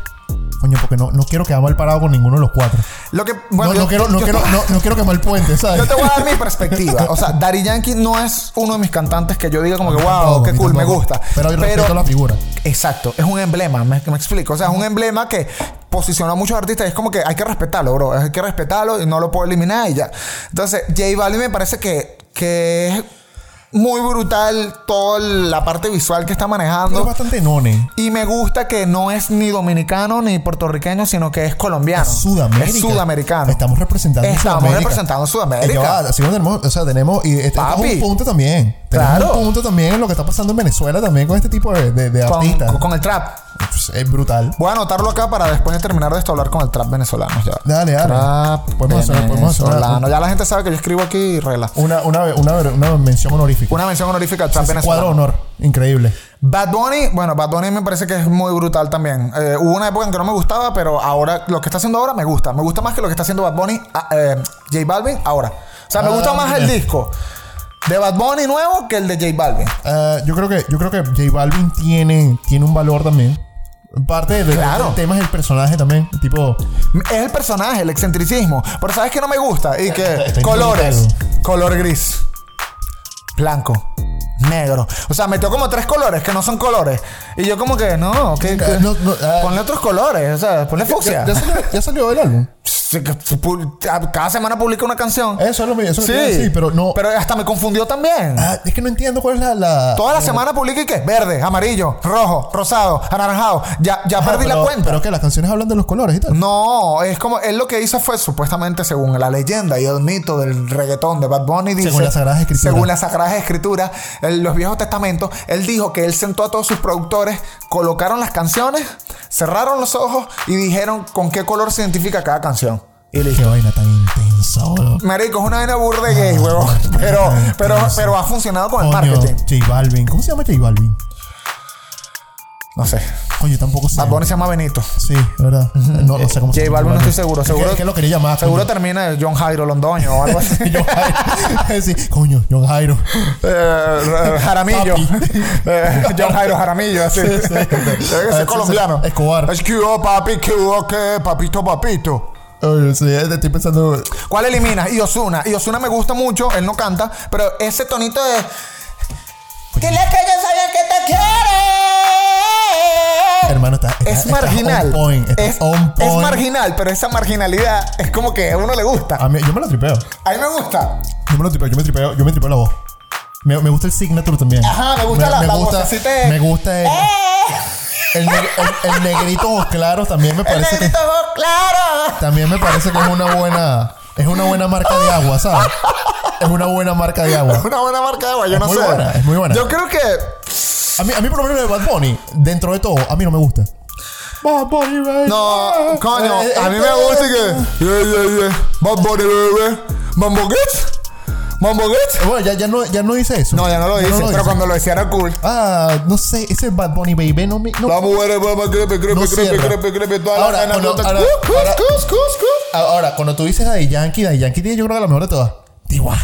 S3: Coño, porque no, no quiero quedar mal parado con ninguno de los cuatro.
S2: Lo que, bueno,
S3: no,
S2: yo-
S3: no quiero, no,
S2: yo-
S3: quiero, no, no quiero quemar el puente, ¿sabes?
S2: Yo te voy a dar mi perspectiva. O sea, Daddy Yankee no es uno de mis cantantes que yo diga como que, wow,
S3: Tampoco,
S2: qué
S3: ni
S2: cool, me
S3: tampoco.
S2: gusta.
S3: Pero, respeto a la figura.
S2: Exacto, es un emblema, me, me explico. O sea, es un emblema que, posicionó a muchos artistas y es como que hay que respetarlo, bro. Hay que respetarlo y no lo puedo eliminar y ya. Entonces, J Balvin me parece que, que es muy brutal toda la parte visual que está
S3: Es
S2: manejando.
S3: bastante none.
S2: Y me gusta que no es ni dominicano ni puertorriqueño, sino que es colombiano.
S3: Es Sudamérica.
S2: Es sudamericano.
S3: Estamos representando
S2: Estamos
S3: Sudamérica.
S2: representando Sudamérica.
S3: Ya va, así lo tenemos, o sea, tenemos... Y este, este
S2: Papi.
S3: es un punto también. Tenemos
S2: Claro.
S3: un punto también en lo que está pasando en Venezuela también con este tipo de, de, de
S2: con,
S3: artistas.
S2: con el trap.
S3: Pues, es brutal.
S2: Voy a anotarlo acá para después de terminar de esto hablar con el trap venezolano. Ya.
S3: Dale, dale.
S2: Trap
S3: Podemos hacer- podemos hacer una-
S2: venezolano. Ya la gente sabe que yo escribo aquí y regla.
S3: Una, una, una, una mención honorífica.
S2: Una mención honorífica al trap
S3: Ese
S2: venezolano.
S3: cuadro de honor. Increíble.
S2: Bad Bunny, bueno, Bad Bunny me parece que es muy brutal también. Eh, hubo una época en que no me gustaba, pero ahora lo que está haciendo ahora me gusta. Me gusta más que lo que está haciendo Bad Bunny, ah, eh, J Balvin ahora. O sea, me
S3: Ah,
S2: gusta más el
S3: mira.
S2: disco de Bad Bunny nuevo que el de J Balvin.
S3: Ah, yo creo que yo creo que J Balvin tiene, tiene un valor también. Parte de- de- del
S2: Claro.
S3: tema es el personaje también. Tipo,
S2: Es el personaje, el excentricismo. Pero ¿sabes que no me gusta? Y que
S3: está
S2: colores.
S3: involucrado.
S2: Color gris. Blanco. Negro. O sea, metió como tres colores que no son colores. Y yo como que, no, que, que-
S3: no, no, ah.
S2: ponle otros colores. O sea, ponle fucsia.
S3: ya, ya salió, ya salió el álbum.
S2: Sí, que pu- pu- Cada semana publica una canción.
S3: Eso es lo mío, eso es lo que iba a decir, pero no.
S2: Pero hasta me confundió también.
S3: Ah, es que no entiendo cuál es la. la-
S2: Toda la semana publica y qué? Verde, amarillo, rojo, rosado, anaranjado. Ya, ya
S3: Ajá,
S2: perdí
S3: pero-
S2: la cuenta.
S3: Pero que las canciones hablan de los colores y tal.
S2: No, es como él lo que hizo fue supuestamente según la leyenda y el mito del reggaetón de Bad Bunny dice,
S3: Según las Sagradas Escrituras.
S2: según las Sagradas Escrituras, en los Viejos Testamentos, él dijo que él sentó a todos sus productores, colocaron las canciones, cerraron los ojos y dijeron con qué color se identifica cada canción.
S3: Y le dije, vaina tan intensa, bro.
S2: Marico, es una vaina burda de gay, huevón. Pero, pero, pero ha funcionado con el
S3: Coño,
S2: marketing.
S3: J Balvin. ¿Cómo se llama J Balvin?
S2: No sé.
S3: Coño, tampoco sé.
S2: Bad Bunny se llama Benito.
S3: Sí, ¿verdad? No, no sé cómo se
S2: J
S3: llama.
S2: Balvin no estoy seguro.
S3: Es que-
S2: Seguro
S3: es que lo quería llamar.
S2: Seguro
S3: coño.
S2: termina John Jairo Londoño o algo así.
S3: John Jairo. sí, coño, John Jairo.
S2: Eh, Jaramillo.
S3: Papi.
S2: Eh, John Jairo Jaramillo, así.
S3: Sí,
S2: Debe
S3: sí.
S2: que ser
S3: Ah, sí,
S2: colombiano.
S3: sí. Escobar.
S2: Es que hubo, papi, que hubo, que papito, papito.
S3: Oye, sí, eh, estoy pensando.
S2: ¿Cuál eliminas? Y Osuna. Y Osuna me gusta mucho, él no canta, pero ese tonito de. Dile que yo sabía que te quiero.
S3: Hermano, está. está-
S2: Es
S3: está
S2: marginal.
S3: on point, está
S2: es,
S3: on
S2: es
S3: point.
S2: marginal, pero esa marginalidad es como que a uno le gusta.
S3: A mí, yo me lo tripeo.
S2: A mí me gusta.
S3: Yo me lo tripeo, yo me tripeo, yo me tripeo la voz. Me, me gusta el signature también.
S2: Ajá, me gusta la- la vocecita de- ¡Eh!
S3: Me gusta el, el, neg- el- el negrito ojos claros también me
S2: El
S3: parece que
S2: negrito, claro.
S3: también me parece que es una buena es una buena marca de agua, ¿sabes? Es una buena marca de agua.
S2: Una buena marca de agua, yo
S3: Es
S2: no
S3: muy
S2: sé.
S3: buena, es muy buena.
S2: Yo creo que
S3: A mí, a mí por lo menos el Bad Bunny, dentro de todo, a mí no me gusta. Bad Bunny, baby.
S2: No, coño,
S3: Eh,
S2: a mí
S3: eh,
S2: me gusta y que. Yeah, yeah, yeah. Bad Bunny, bebé. Mambo Gets. Mambo Gets.
S3: Bueno, ya, ya, no, ya no dice eso.
S2: No, ya no lo dice, pero cuando lo decía era cool.
S3: Ah, no sé, ese Bad Bunny, baby, no me... no-
S2: La mujer es baba, crepe, crepe,
S3: No
S2: crepe,
S3: cierra.
S2: crepe, crepe, toda
S3: Ahora,
S2: la
S3: cuando-
S2: nota.
S3: ahora-
S2: Cus, cus,
S3: ahora-
S2: cus, cus, cus.
S3: Ahora, cuando tú dices Daddy Yankee, Daddy Yankee tiene yo creo que la mejor de todas. Diwa.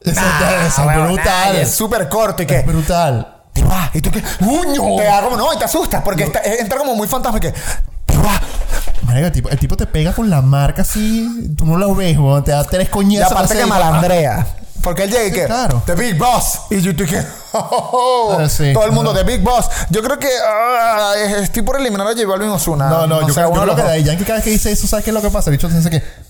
S3: Esa esa es
S2: Bueno,
S3: brutal.
S2: nada, y Es súper corto y
S3: es
S2: que.
S3: brutal.
S2: Te va, y tú que. ¡Uño! Te da como, no, y te asustas porque está- eh, entra como muy fantasma y que. Te va.
S3: Marico, el tipo, el tipo te pega con la marca así. Tú no lo ves, weón. Te da tres
S2: Y
S3: coñazos.
S2: aparte
S3: no
S2: que
S3: sé, y-
S2: malandrea. Porque él llega y
S3: Sí,
S2: que.
S3: claro.
S2: The Big Boss. Y yo estoy que. "Oh,
S3: Ah, sí.
S2: Todo el mundo,
S3: Ajá.
S2: The Big Boss. Yo creo que. ah, estoy por eliminar a J Balvin Osuna.
S3: No, no, yo, creo, yo creo que
S2: ahí.
S3: Daddy Yankee cada vez que dice eso, ¿sabes qué es lo que pasa? El bicho dice que.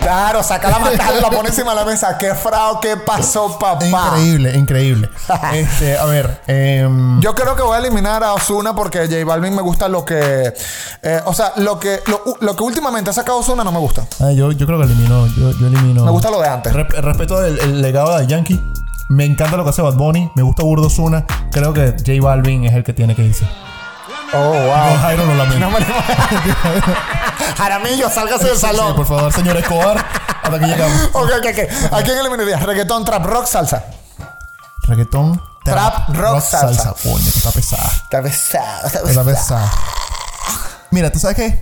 S2: Claro, saca la matada y la pone encima de la mesa. Qué frao, qué pasó, papá.
S3: Es increíble, increíble. este, a ver. em,
S2: Yo creo que voy a eliminar a Osuna porque J Balvin me gusta lo que. eh, o sea, lo que, lo, lo que últimamente ha sacado Osuna no me gusta.
S3: ah, yo, yo creo que elimino. Yo, yo elimino.
S2: Me gusta lo de antes.
S3: Re- respeto el, el legado de Yankee. Me encanta lo que hace Bad Bunny. Me gusta Burdo Zuna. Creo que J Balvin es el que tiene que irse.
S2: Oh, wow.
S3: No, Jairo lo lamento.
S2: Jaramillo, sálgase del
S3: Sí,
S2: salón.
S3: sí, por favor, señor Escobar. Hasta aquí llegamos.
S2: Ok, ok, ok. ¿A quién eliminarías? Reggaetón, trap, rock, salsa.
S3: Reggaetón.
S2: Trap, rock, salsa.
S3: Coño, que está pesada.
S2: Está pesado, está
S3: Está pesada. Mira, ¿tú sabes qué?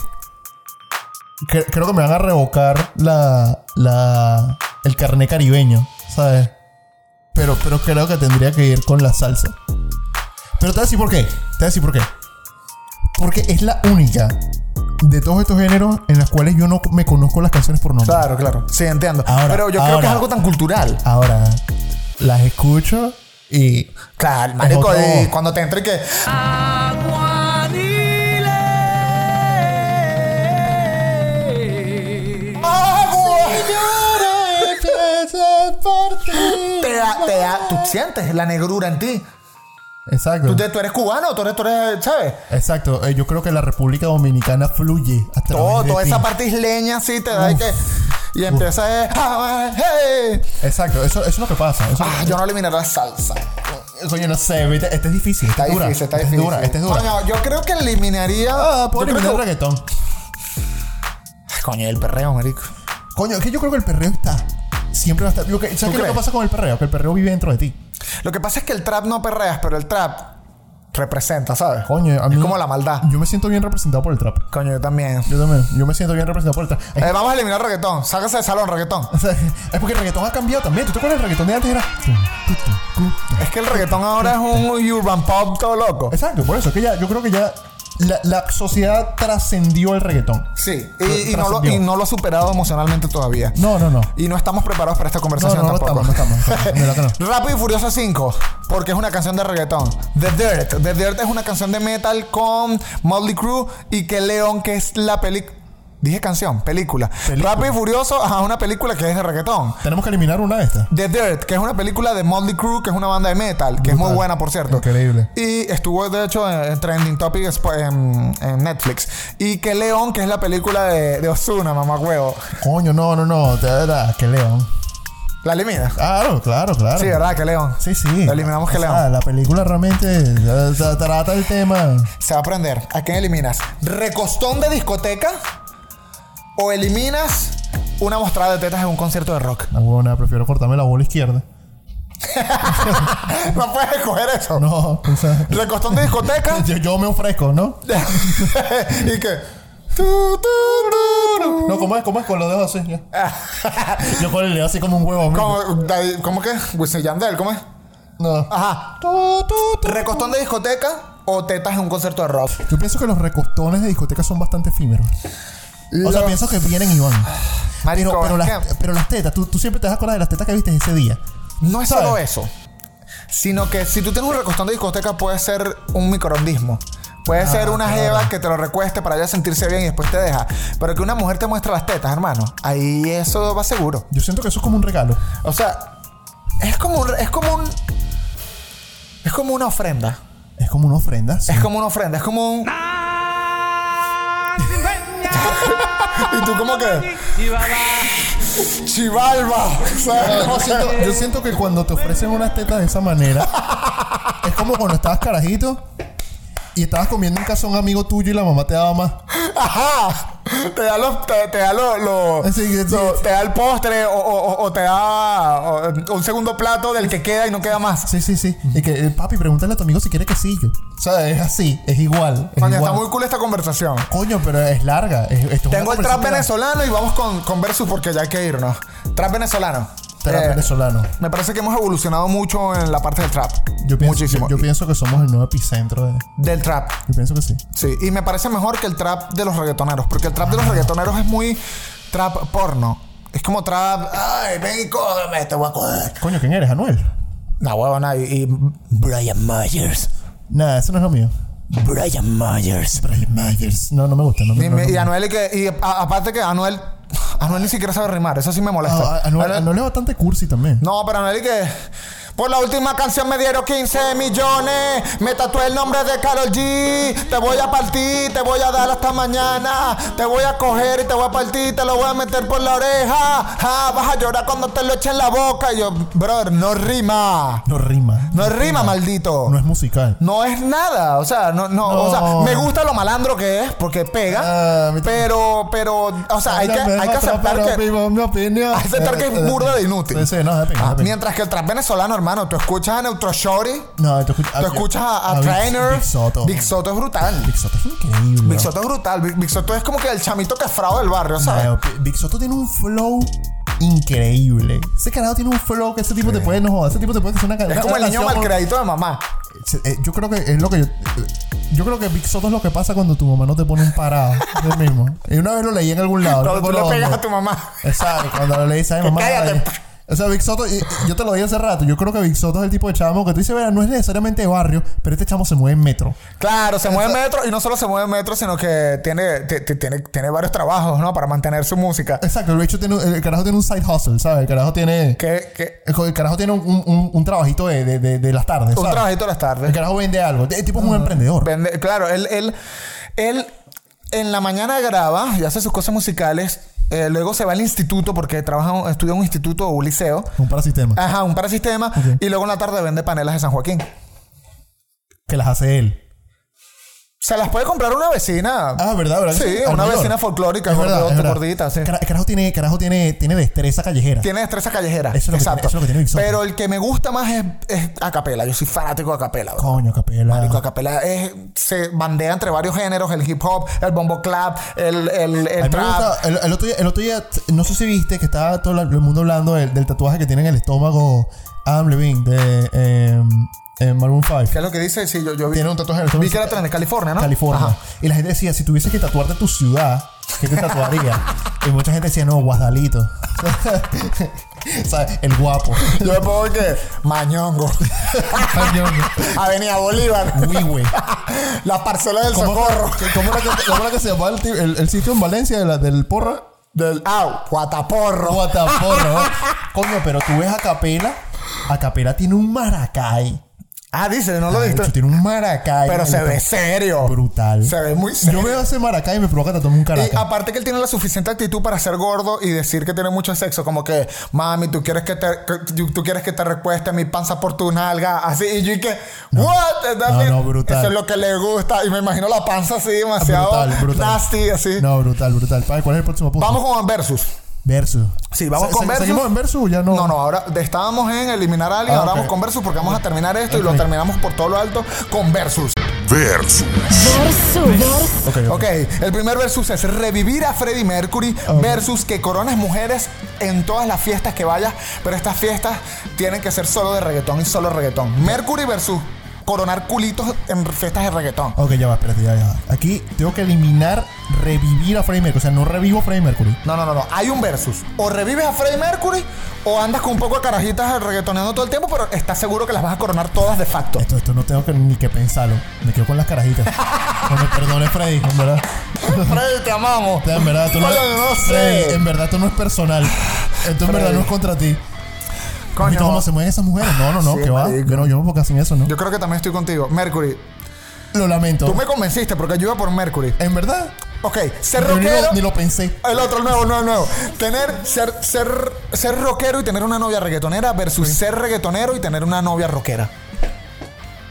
S3: Cre- creo que me van a revocar la. la. el carné caribeño, ¿sabes? Pero, pero creo que tendría que ir con la salsa. Pero te voy a decir por qué. Te voy a decir por qué. Porque es la única de todos estos géneros en las cuales yo no me conozco las canciones por nombre.
S2: Claro, claro. Sí, entiendo.
S3: Ahora,
S2: Pero yo creo que
S3: ahora.
S2: es algo tan cultural.
S3: Ahora, las escucho y.
S2: Claro, marico,
S3: otro-
S2: y cuando te entre que.
S6: Aguaniles.
S2: da, te da, tú sientes la negrura en ti.
S3: Exacto.
S2: Tú, te- tú eres cubano, tú eres, tú eres, ¿sabes?
S3: Exacto. Eh, yo creo que la República Dominicana fluye a través
S2: Todo,
S3: de
S2: toda
S3: ti.
S2: esa parte isleña así te da y,
S3: Uf.
S2: que, y empieza a... ah, hey.
S3: Exacto. Eso, eso es lo que pasa. Eso,
S2: Ah, yo no eliminaré la salsa.
S3: Coño, no sé. viste, Este es difícil. Este
S2: Está
S3: es dura.
S2: difícil, está
S3: Este es
S2: difícil.
S3: dura. Este es dura.
S2: Coño, yo creo que eliminaría...
S3: Ah, puedo
S2: yo creo
S3: eliminar el
S2: que-
S3: reggaetón.
S2: Ay, Coño, el perreo, marico.
S3: Coño, es que yo creo que el perreo está. Siempre va a estar. Yo que- ¿Sabes qué es lo
S2: crees?
S3: que pasa con el perreo? Que el perreo vive dentro de ti.
S2: Lo que pasa es que el trap no perreas, pero el trap representa, ¿sabes?
S3: Coño, a mí.
S2: Es como la maldad.
S3: Yo me siento bien representado por el trap.
S2: Coño, yo también.
S3: Yo también. Yo me siento bien representado por el trap. Es,
S2: Eh, vamos a eliminar reggaetón. Sácase del salón, reggaetón.
S3: o sea, es porque el reggaetón ha cambiado también. ¿Tú te acuerdas del reggaetón de antes? Era.
S2: Es que el reggaetón ahora es un urban pop todo loco.
S3: Exacto, por eso. es que ya, yo creo que ya. La, la sociedad trascendió el reggaetón.
S2: Sí, y, y no lo,
S3: Trascendió.
S2: y no lo ha superado emocionalmente todavía.
S3: No, no, no.
S2: Y no estamos preparados para esta conversación
S3: No, no, no
S2: tampoco.
S3: estamos, no estamos, no, de verdad que
S2: Rápido y Furioso 5, porque es una canción de reggaetón. The Dirt. The Dirt es una canción de metal con Motley Crue y que León, que es la película. Dije canción, película.
S3: Película.
S2: Rápido y Furioso, ajá, una película que es de reggaetón.
S3: Tenemos que eliminar una de estas.
S2: The Dirt, que es una película de Motley Crue, que es una banda de metal, que es muy
S3: Brutal.
S2: buena, por cierto.
S3: Increíble.
S2: Y estuvo, de hecho, en, en Trending Topic espo- en, en Netflix. Y que León, que es la película de, de Osuna, mamá huevo.
S3: Coño, no, no, no. De verdad, que león.
S2: La eliminas.
S3: Claro, claro, claro.
S2: Sí, ¿verdad? Que León.
S3: Sí, sí.
S2: La eliminamos que
S3: O sea,
S2: León.
S3: La película realmente eh, tra- trata el tema.
S2: Se va a aprender. ¿A quién eliminas? ¿Recostón de discoteca? ¿O eliminas una mostrada de tetas en un concierto de rock?
S3: La huevona, Ah, prefiero cortarme la bola izquierda.
S2: no puedes escoger eso.
S3: No, o sea,
S2: ¿Recostón de discoteca?
S3: yo, yo me ofrezco, ¿no?
S2: y que. tu, tu, tu, tu.
S3: No, ¿cómo es? ¿Cómo es? Con los dedos así. ya. Yo con el dedo así como un huevo. amigo.
S2: ¿Cómo, David- ¿Cómo que? Wisin Yandel, ¿cómo es?
S3: No.
S2: Ajá.
S3: Tu, tu, tu.
S2: ¿Recostón de discoteca o tetas en un concierto de rock?
S3: Yo pienso que los recostones de discotecas son bastante efímeros. O sea,
S2: Los-
S3: pienso que vienen y van.
S2: Marico,
S3: Pero, pero,
S2: es
S3: las,
S2: que
S3: pero las tetas, tú, tú siempre te das acordar de las tetas que viste ese día.
S2: no es
S3: ¿sabes?
S2: solo eso. Sino que si tú tienes un recostón de discoteca, puede ser un microndismo. Puede ser una jeva que te lo recueste para ella sentirse bien y después te deja. Pero que una mujer te muestra las tetas, hermano. Ahí eso va seguro.
S3: Yo siento que eso es como un regalo.
S2: O sea, es como un- es como un. Es como una ofrenda.
S3: Es como una ofrenda. sí.
S2: Es como una ofrenda, es como un. y tú, como que. Chivalba. ¿sabes?
S3: Yo siento, yo siento que cuando te ofrecen unas tetas de esa manera, es como cuando estabas carajito y estabas comiendo en casa a un amigo tuyo y la mamá te daba más.
S2: Ajá. Te da los. Te, te da los. los-
S3: Sí, sí, sí.
S2: los- te da el postre o, o- o- o te da o, un segundo plato del que queda y no queda más.
S3: Sí, sí, sí. Y que, eh, papi, pregúntale a tu amigo si quiere quesillo. O sea, es así, es igual. es
S2: Coño, está
S3: igual.
S2: muy cool esta conversación.
S3: Coño, pero es larga. es- esto es una
S2: Tengo el trap
S3: conversación larga.
S2: venezolano y vamos con, con Versus porque ya hay que irnos. Trap venezolano.
S3: Trap
S2: Eh,
S3: venezolano.
S2: Me parece que hemos evolucionado mucho en la parte del trap.
S3: Yo pienso,
S2: Muchísimo.
S3: Yo, yo pienso que somos el nuevo epicentro. De,
S2: del trap.
S3: yo pienso que sí.
S2: Sí, y me parece mejor que el trap de los reggaetoneros, porque el trap de los reggaetoneros es muy trap porno. Es como trap, ay, ven y cógeme, te voy a coger.
S3: Coño, ¿quién eres, Anuel?
S2: La huevona y, y Brian Myers.
S3: Nada, eso no es lo mío.
S5: Brian Myers.
S3: Brian Myers. No, no me gusta. No, me-
S2: Y,
S3: no,
S2: me-
S3: no
S2: y
S3: me-
S2: Anuel y que, y a- aparte que Anuel, Anuel ni siquiera sabe rimar, eso sí me molesta.
S3: Ah, Anuel, Anuel es bastante cursi también.
S2: No, pero Anuel y que, por la última canción me dieron 15 millones, me tatué el nombre de Carol G, te voy a partir, te voy a dar hasta mañana, te voy a coger y te voy a partir, te lo voy a meter por la oreja, ja, vas a llorar cuando te lo echen en la boca. Y yo, brother, no rima,
S3: No rima.
S2: no rima, maldito.
S3: No es musical.
S2: No es nada, o sea, no, no, o sea,
S3: No.
S2: me gusta lo malandro que es, porque pega,
S3: Ah, a mí también.
S2: pero, pero, o sea, hay que, hay que aceptar que... Hay que aceptar que es burda de inútil.
S3: Eh, Sí, sí, no, es de pinga,
S2: Ah,
S3: es de pinga.
S2: mientras que el trap venezolano, hermano, tú escuchas a Neutro Shorty,
S3: No, ah, tú escuchas,
S2: tú escuchas a, a Trainer.
S3: Big Soto.
S2: Big Soto es brutal.
S3: Big Soto es increíble.
S2: Big Soto es brutal. Big, Big Soto es como que el chamito quefrado del barrio, ¿sabes?
S3: Mayo, Big Soto tiene un flow increíble. Ese carajo tiene un flow que ese tipo te puede no joder, Ese tipo te puede hacer una canción.
S2: es como el niño malcreadito de mamá.
S3: Yo creo que es lo que yo. Yo creo que Big Soto es lo que pasa cuando tu mamá no te pone un parado. Yo mismo. Y una vez lo leí en algún lado. no
S2: Cuando tú le
S3: recuerdo
S2: pegas a
S3: dónde.
S2: tu mamá.
S3: Exacto, cuando le dices a mi
S2: Que
S3: mamá.
S2: cállate.
S3: eh, O sea, Big Soto, y- y yo te lo dije hace rato, yo creo que Big Soto es el tipo de chamo que tú dices, "Mira, no es necesariamente de barrio, pero este chamo se mueve en metro.
S2: Claro, se mueve metro y no solo se mueve metro, sino que tiene, ti- ti- tiene, tiene varios trabajos, ¿no? Para mantener su música.
S3: Exacto, el, bicho tiene, un- el carajo tiene un side hustle, ¿sabes? El carajo tiene...
S2: Que, que
S3: El, co- el carajo tiene un, un- un- un trabajito de, de- de- de las tardes,
S2: un
S3: ¿sabes?
S2: trabajito Ah, a las
S3: El
S2: tardes.
S3: carajo vende algo. El tipo es un emprendedor.
S2: Vende- claro, él, él, él en la mañana graba y hace sus cosas musicales. eh, luego se va al instituto porque trabaja, estudia en un instituto o un liceo.
S3: Un parasistema.
S2: Ajá, un parasistema. Y luego en la tarde vende panelas de San Joaquín.
S3: Que las hace él.
S2: Se las puede comprar una vecina.
S3: Ah, ¿verdad? ¿verdad?
S2: Sí,
S3: Al
S2: una
S3: mayor.
S2: vecina folclórica,
S3: Es verdad,
S2: gordota,
S3: es verdad.
S2: gordita, sí.
S3: Cara- el carajo tiene, carajo tiene, tiene destreza callejera.
S2: Tiene destreza callejera.
S3: Eso es lo que
S2: Exacto.
S3: tiene- eso es lo que tiene Big Soto.
S2: Pero el que me gusta más es, es a capela. Yo soy fanático de a capela. bro.
S3: Coño, capela.
S2: Marico, a capela es- se bandea entre varios géneros, el hip hop, el bombo clap, el, el,
S3: A
S2: el
S3: mí me
S2: trap.
S3: gusta- el, el otro día, el otro día, t- no sé si viste que estaba todo la- el mundo hablando del, del tatuaje que tiene en el estómago Adam Levine de eh, eh, Maroon 5.
S2: ¿Qué es lo que dice? Sí, yo, yo vi,
S3: Tiene un tatuaje en el estómago.
S2: vi que era en California, ¿no?
S3: California.
S2: Ajá.
S3: Y la gente decía, si tuvieses que tatuarte tu ciudad, ¿qué te tatuaría? y mucha gente decía, no, Guadalito. o sea, el guapo.
S2: Yo me pongo que Mañongo,
S3: Mañongo.
S2: Avenida Bolívar,
S3: Huihue.
S2: la parcela del
S3: ¿Cómo,
S2: socorro,
S3: ¿cómo, era que, cómo era que se llamaba el, ti- el- el sitio en Valencia de la- del porra?
S2: del au, Guataporro.
S3: Guataporro. Coño, pero tú ves a Capela. A Capela tiene un maracay.
S2: Ah, dice, no lo
S3: De hecho,
S2: viste.
S3: tiene un maracay.
S2: Pero
S3: en
S2: se
S3: el-
S2: ve serio.
S3: brutal.
S2: Se ve muy serio.
S3: Yo veo ese maracay y me provoca tatuarme un Ah,
S2: Y
S3: caracay.
S2: aparte que él tiene la suficiente actitud para ser gordo y decir que tiene mucho sexo, como que, mami, tú quieres que te, que- tú, tú quieres que te recueste mi panza por tu nalga, así, y yo y que, what? That's
S3: No,
S2: it.
S3: no, brutal. Ah,
S2: Eso es lo que le gusta, y me imagino la panza así, demasiado
S3: brutal, brutal.
S2: nasty, así.
S3: No, brutal, brutal. Padre, ¿Cuál es el próximo punto?
S2: Vamos con Versus.
S3: Versus.
S2: Sí, vamos
S3: Se-
S2: con
S3: se-
S2: Versus.
S3: ¿Seguimos en Versus o ya no?
S2: No, no, ahora estábamos en eliminar a alguien,
S3: Ah,
S2: ahora
S3: ok.
S2: vamos con Versus porque vamos a terminar esto y lo
S3: Ok.
S2: terminamos por todo lo alto con Versus.
S5: Versus.
S1: Versus, versus.
S3: Ok, ok.
S2: Ok, el primer versus es revivir a Freddie Mercury versus que coronas mujeres en todas las fiestas que vayas, pero estas fiestas tienen que ser solo de reggaetón y solo reggaetón. Mercury versus coronar culitos en fiestas de reggaetón.
S3: Ok, ya va, espérate, ya, ya va. Aquí tengo que eliminar, revivir a Freddie Mercury. O sea, no revivo a Freddie Mercury.
S2: No, no, no, no. Hay un versus. O revives a Freddie Mercury o andas con un poco de carajitas reggaetoneando todo el tiempo, pero estás seguro que las vas a coronar todas de facto.
S3: Esto, esto no tengo que, ni que pensarlo. Me quedo con las carajitas. No me perdone, Freddy, en verdad.
S2: Freddie, te amamos.
S3: O sea, En verdad, tú no,
S2: Coño, no sé.
S3: Freddy, en verdad, esto no es personal. Esto en
S2: Freddy.
S3: verdad no es contra ti. ¿Viste
S2: Coño.
S3: cómo se mueven esas mujeres? No, no, no,
S2: Sí,
S3: que va.
S2: marico.
S3: Yo no, yo no puedo hacer eso, ¿no?
S2: Yo creo que también estoy contigo. Mercury,
S3: lo lamento.
S2: tú me convenciste porque yo iba por Mercury.
S3: En verdad,
S2: Ok, ser
S3: yo ni
S2: rockero.
S3: lo, ni lo pensé.
S2: El otro, el nuevo, el nuevo, el nuevo. Tener, ser, ser, ser rockero y tener una novia reggaetonera versus ser reggaetonero y tener una novia rockera.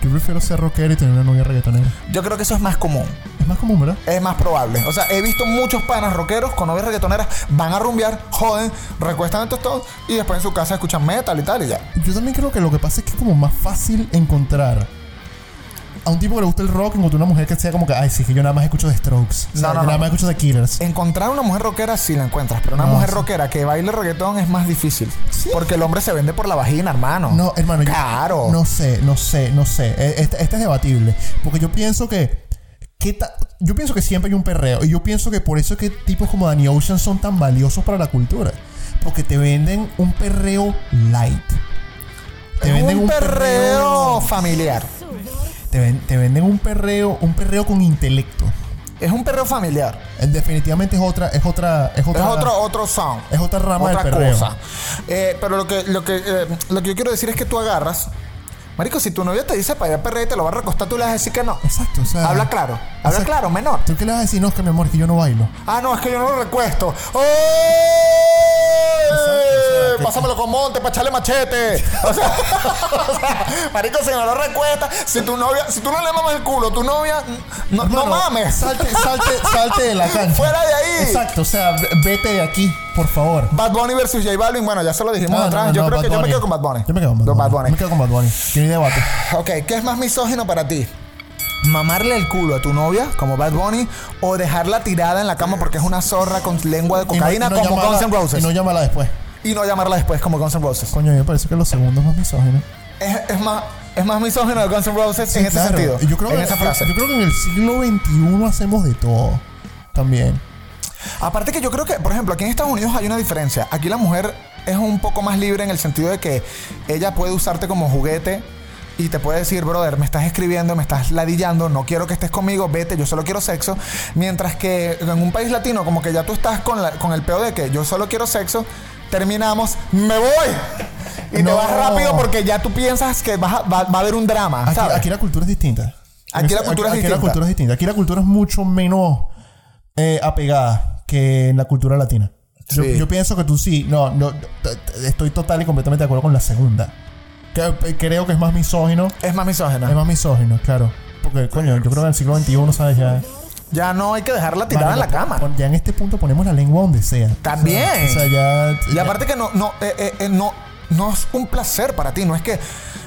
S3: Yo prefiero ser rockero y tener una novia reggaetonera.
S2: Yo creo que eso es más común.
S3: Es más común, ¿verdad?
S2: Es más probable. O sea, he visto muchos panas rockeros con novias reggaetoneras, van a rumbear, joden, recuestan estos todos y después en su casa escuchan metal y tal y ya.
S3: Yo también creo que lo que pasa es que es como más fácil encontrar a un tipo que le gusta el rock encontrar una mujer que sea como que, ay, sí, que yo nada más escucho de Strokes. O
S2: No,
S3: sea,
S2: no,
S3: yo
S2: no.
S3: nada más escucho de Killers.
S2: Encontrar una mujer rockera sí la encuentras, pero una
S3: No,
S2: mujer
S3: sí.
S2: rockera que baile reggaetón es más difícil. Porque el hombre se vende por la vagina, hermano.
S3: No, hermano, yo-
S2: Claro.
S3: no sé, no sé, no sé. Eh, Este, este es debatible. Porque yo pienso que. que ta- yo pienso que siempre hay un perreo. Y yo pienso que por eso es que tipos como Danny Ocean son tan valiosos para la cultura. Porque te venden un perreo light. Te
S2: Es
S3: venden
S2: un perreo familiar.
S3: te, ven- te venden un perreo, un perreo con intelecto.
S2: Es un perreo familiar.
S3: Eh, Definitivamente es otra, es otra, es
S2: Es
S3: otra.
S2: otro, otro sound.
S3: es otra rama
S2: otra
S3: del perreo.
S2: cosa. Eh, pero lo que, lo, que, eh, lo que yo quiero decir es que tú agarras. Marico, si tu novia te dice para ir a perrear y te lo va a recostar, tú le vas a decir que no.
S3: Exacto, o sea.
S2: Habla claro. Habla
S3: Exacto.
S2: claro, menor.
S3: ¿Tú qué le vas a decir? No, es que mi amor, que yo no bailo.
S2: Ah, no, es que yo no lo recuesto. ¡Oh!
S3: sea, que-
S2: Pásamelo con monte para echarle machete. O sea, o sea, marico, si no lo recuesta, si tu novia, si tú no le mamas el culo, tu novia, no, no
S3: Hermano,
S2: mames.
S3: Salte, salte, salte de la cancha.
S2: Fuera de ahí.
S3: Exacto, o sea, v- vete de aquí, por favor.
S2: Bad Bunny versus J Balvin, bueno, ya se lo dijimos
S3: No, no,
S2: atrás.
S3: no,
S2: yo
S3: no,
S2: creo
S3: Bad
S2: que yo me
S3: Bunny.
S2: quedo con Bad Bunny.
S3: Yo me quedo con
S2: Yo
S3: Bad Bunny.
S2: Bunny.
S3: Yo me quedo con Bad Bunny. Que no hay debate.
S2: Ok, ¿qué es más misógino para ti? ¿Mamarle el culo a tu novia, como Bad Bunny, o dejarla tirada en la cama porque es una zorra con lengua de
S3: Y no-
S2: cocaína,
S3: y no
S2: como
S3: llamarla-
S2: Guns N' Roses?
S3: Y no llamarla después.
S2: llamarla después, como Guns N' Roses.
S3: Coño, a mí me parece que los segundos más misóginos.
S2: Es, es más, es más misógino de Guns N' Roses en ese
S3: Claro,
S2: sentido.
S3: Yo creo,
S2: en
S3: que,
S2: esa frase.
S3: Yo, creo que en el siglo XXI hacemos de todo. También.
S2: Aparte que yo creo que, por ejemplo, aquí en Estados Unidos hay una diferencia. Aquí la mujer es un poco más libre en el sentido de que ella puede usarte como juguete y te puede decir, brother, me estás escribiendo, me estás ladillando, no quiero que estés conmigo, vete, yo solo quiero sexo. Mientras que en un país latino, como que ya tú estás con, la- con el peo de que yo solo quiero sexo, terminamos, me voy. Y te
S3: No.
S2: vas rápido porque ya tú piensas que vas a- va, va a haber un drama,
S3: Aquí,
S2: ¿sabes?
S3: aquí la cultura es distinta.
S2: Aquí la cultura es
S3: Aquí
S2: distinta.
S3: la cultura es distinta. Aquí la cultura es mucho menos eh, apegada que en la cultura latina. Yo,
S2: Sí.
S3: yo pienso que tú sí. No, no, t- t- estoy total y completamente de acuerdo con la segunda. Que- creo que es más misógino.
S2: Es más misógena.
S3: Es más misógino, claro. Porque, coño, yo creo que en el siglo XXI, ¿sabes? Ya.
S2: Ya no hay que dejarla tirada en la
S3: Vale,
S2: cama.
S3: pon- Ya en este punto ponemos la lengua donde sea.
S2: También.
S3: O sea, ya.
S2: Y aparte que no, no, eh, eh, eh, no, no es un placer para ti, no es que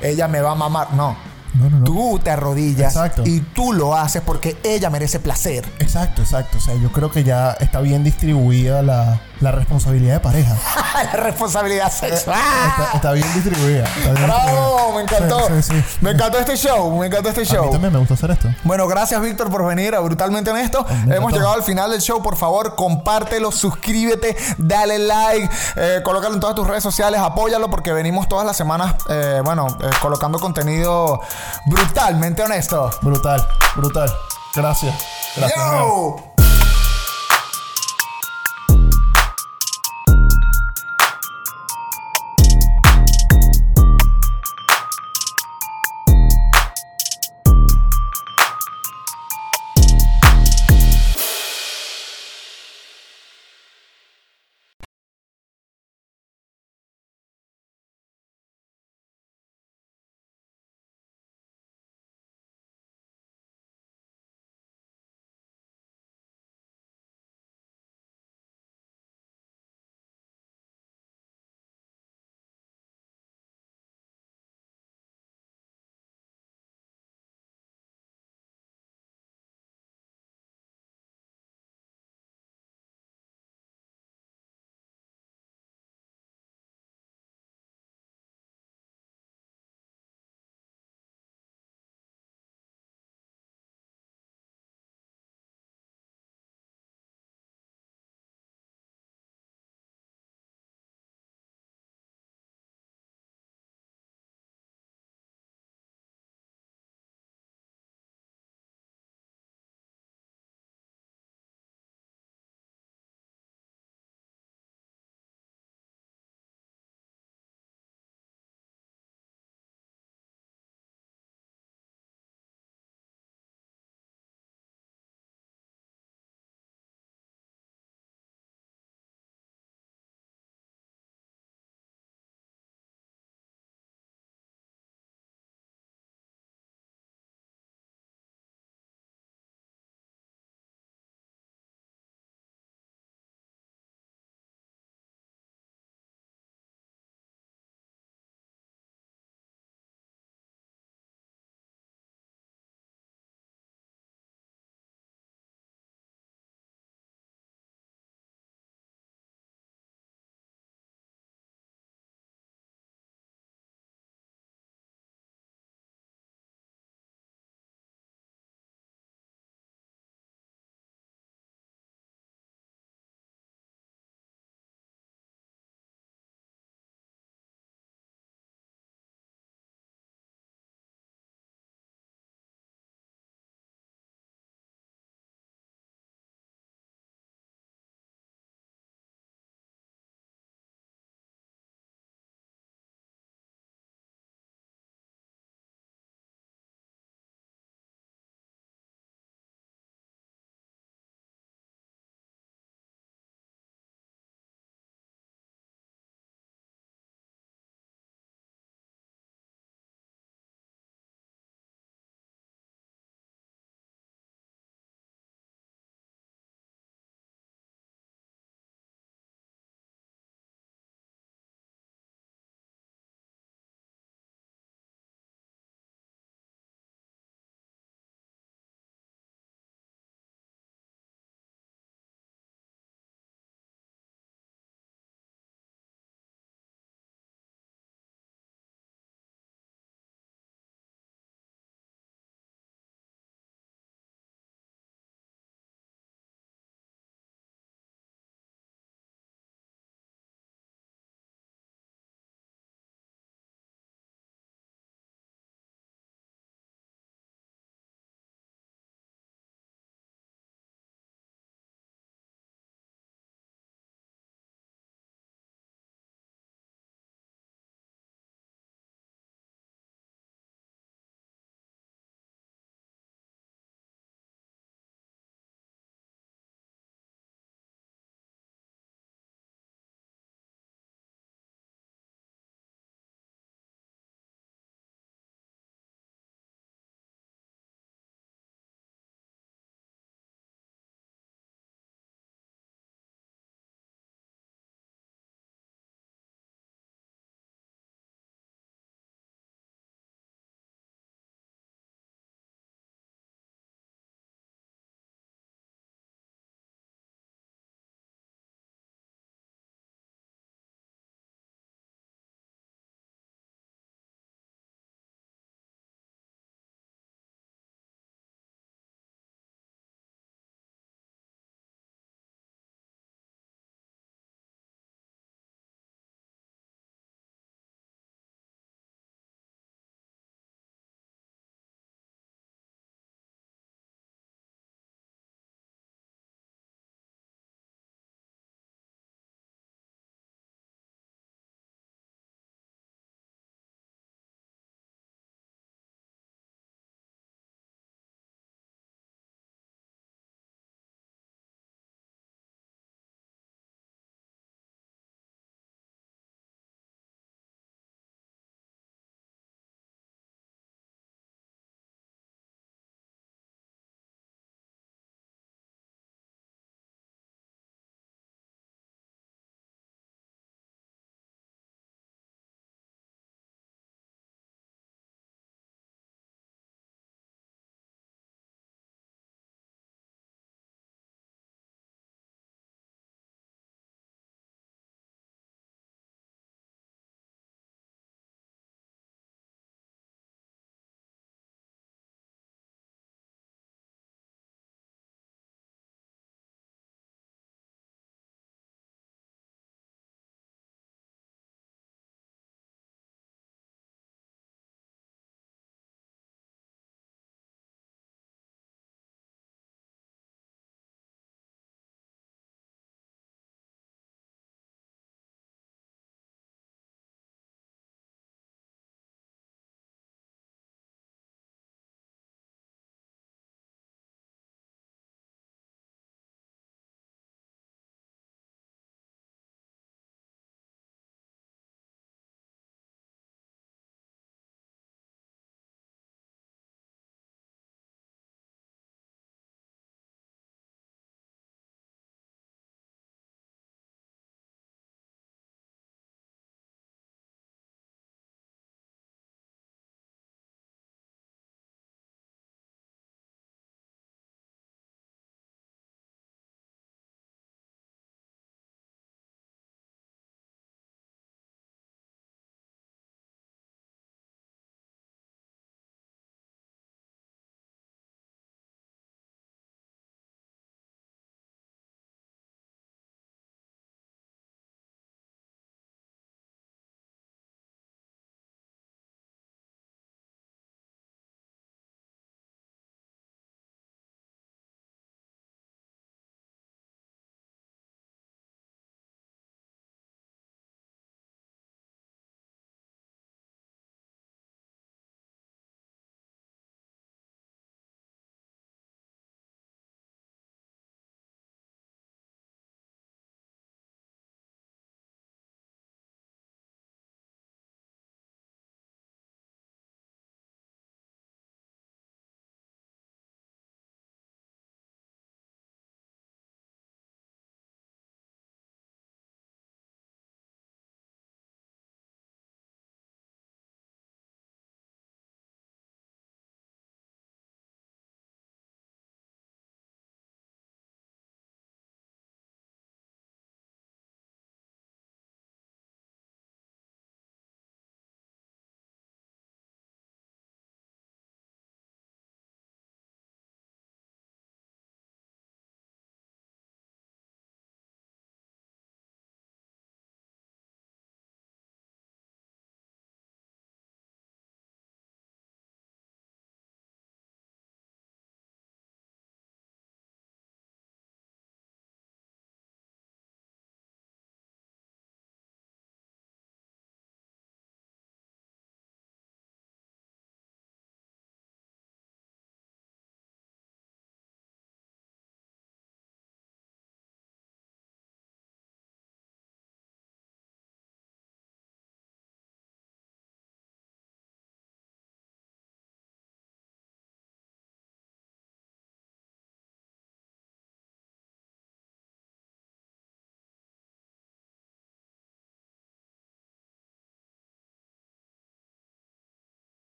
S2: ella me va a mamar, no.
S3: No, no, no.
S2: Tú te arrodillas
S3: Exacto.
S2: y tú lo haces porque ella merece placer.
S3: Exacto, exacto. O sea, yo creo que ya está bien distribuida la, la responsabilidad de pareja.
S2: la responsabilidad
S3: Eh, Está,
S2: sexual.
S3: está bien distribuida. está bien
S2: Bravo, me
S3: distribuida.
S2: encantó.
S3: Sí, sí, sí.
S2: Me encantó este show, me encantó este
S3: A mí
S2: show.
S3: también me gustó hacer esto.
S2: Bueno, gracias Víctor por venir a Brutalmente Honesto.
S3: me
S2: Hemos
S3: encantó.
S2: llegado al final del show. Por favor, compártelo, suscríbete, dale like, eh, colócalo en todas tus redes sociales, apóyalo porque venimos todas las semanas, eh, bueno, eh, colocando contenido brutalmente honesto.
S3: Brutal, brutal. Gracias. Gracias.
S2: Yo.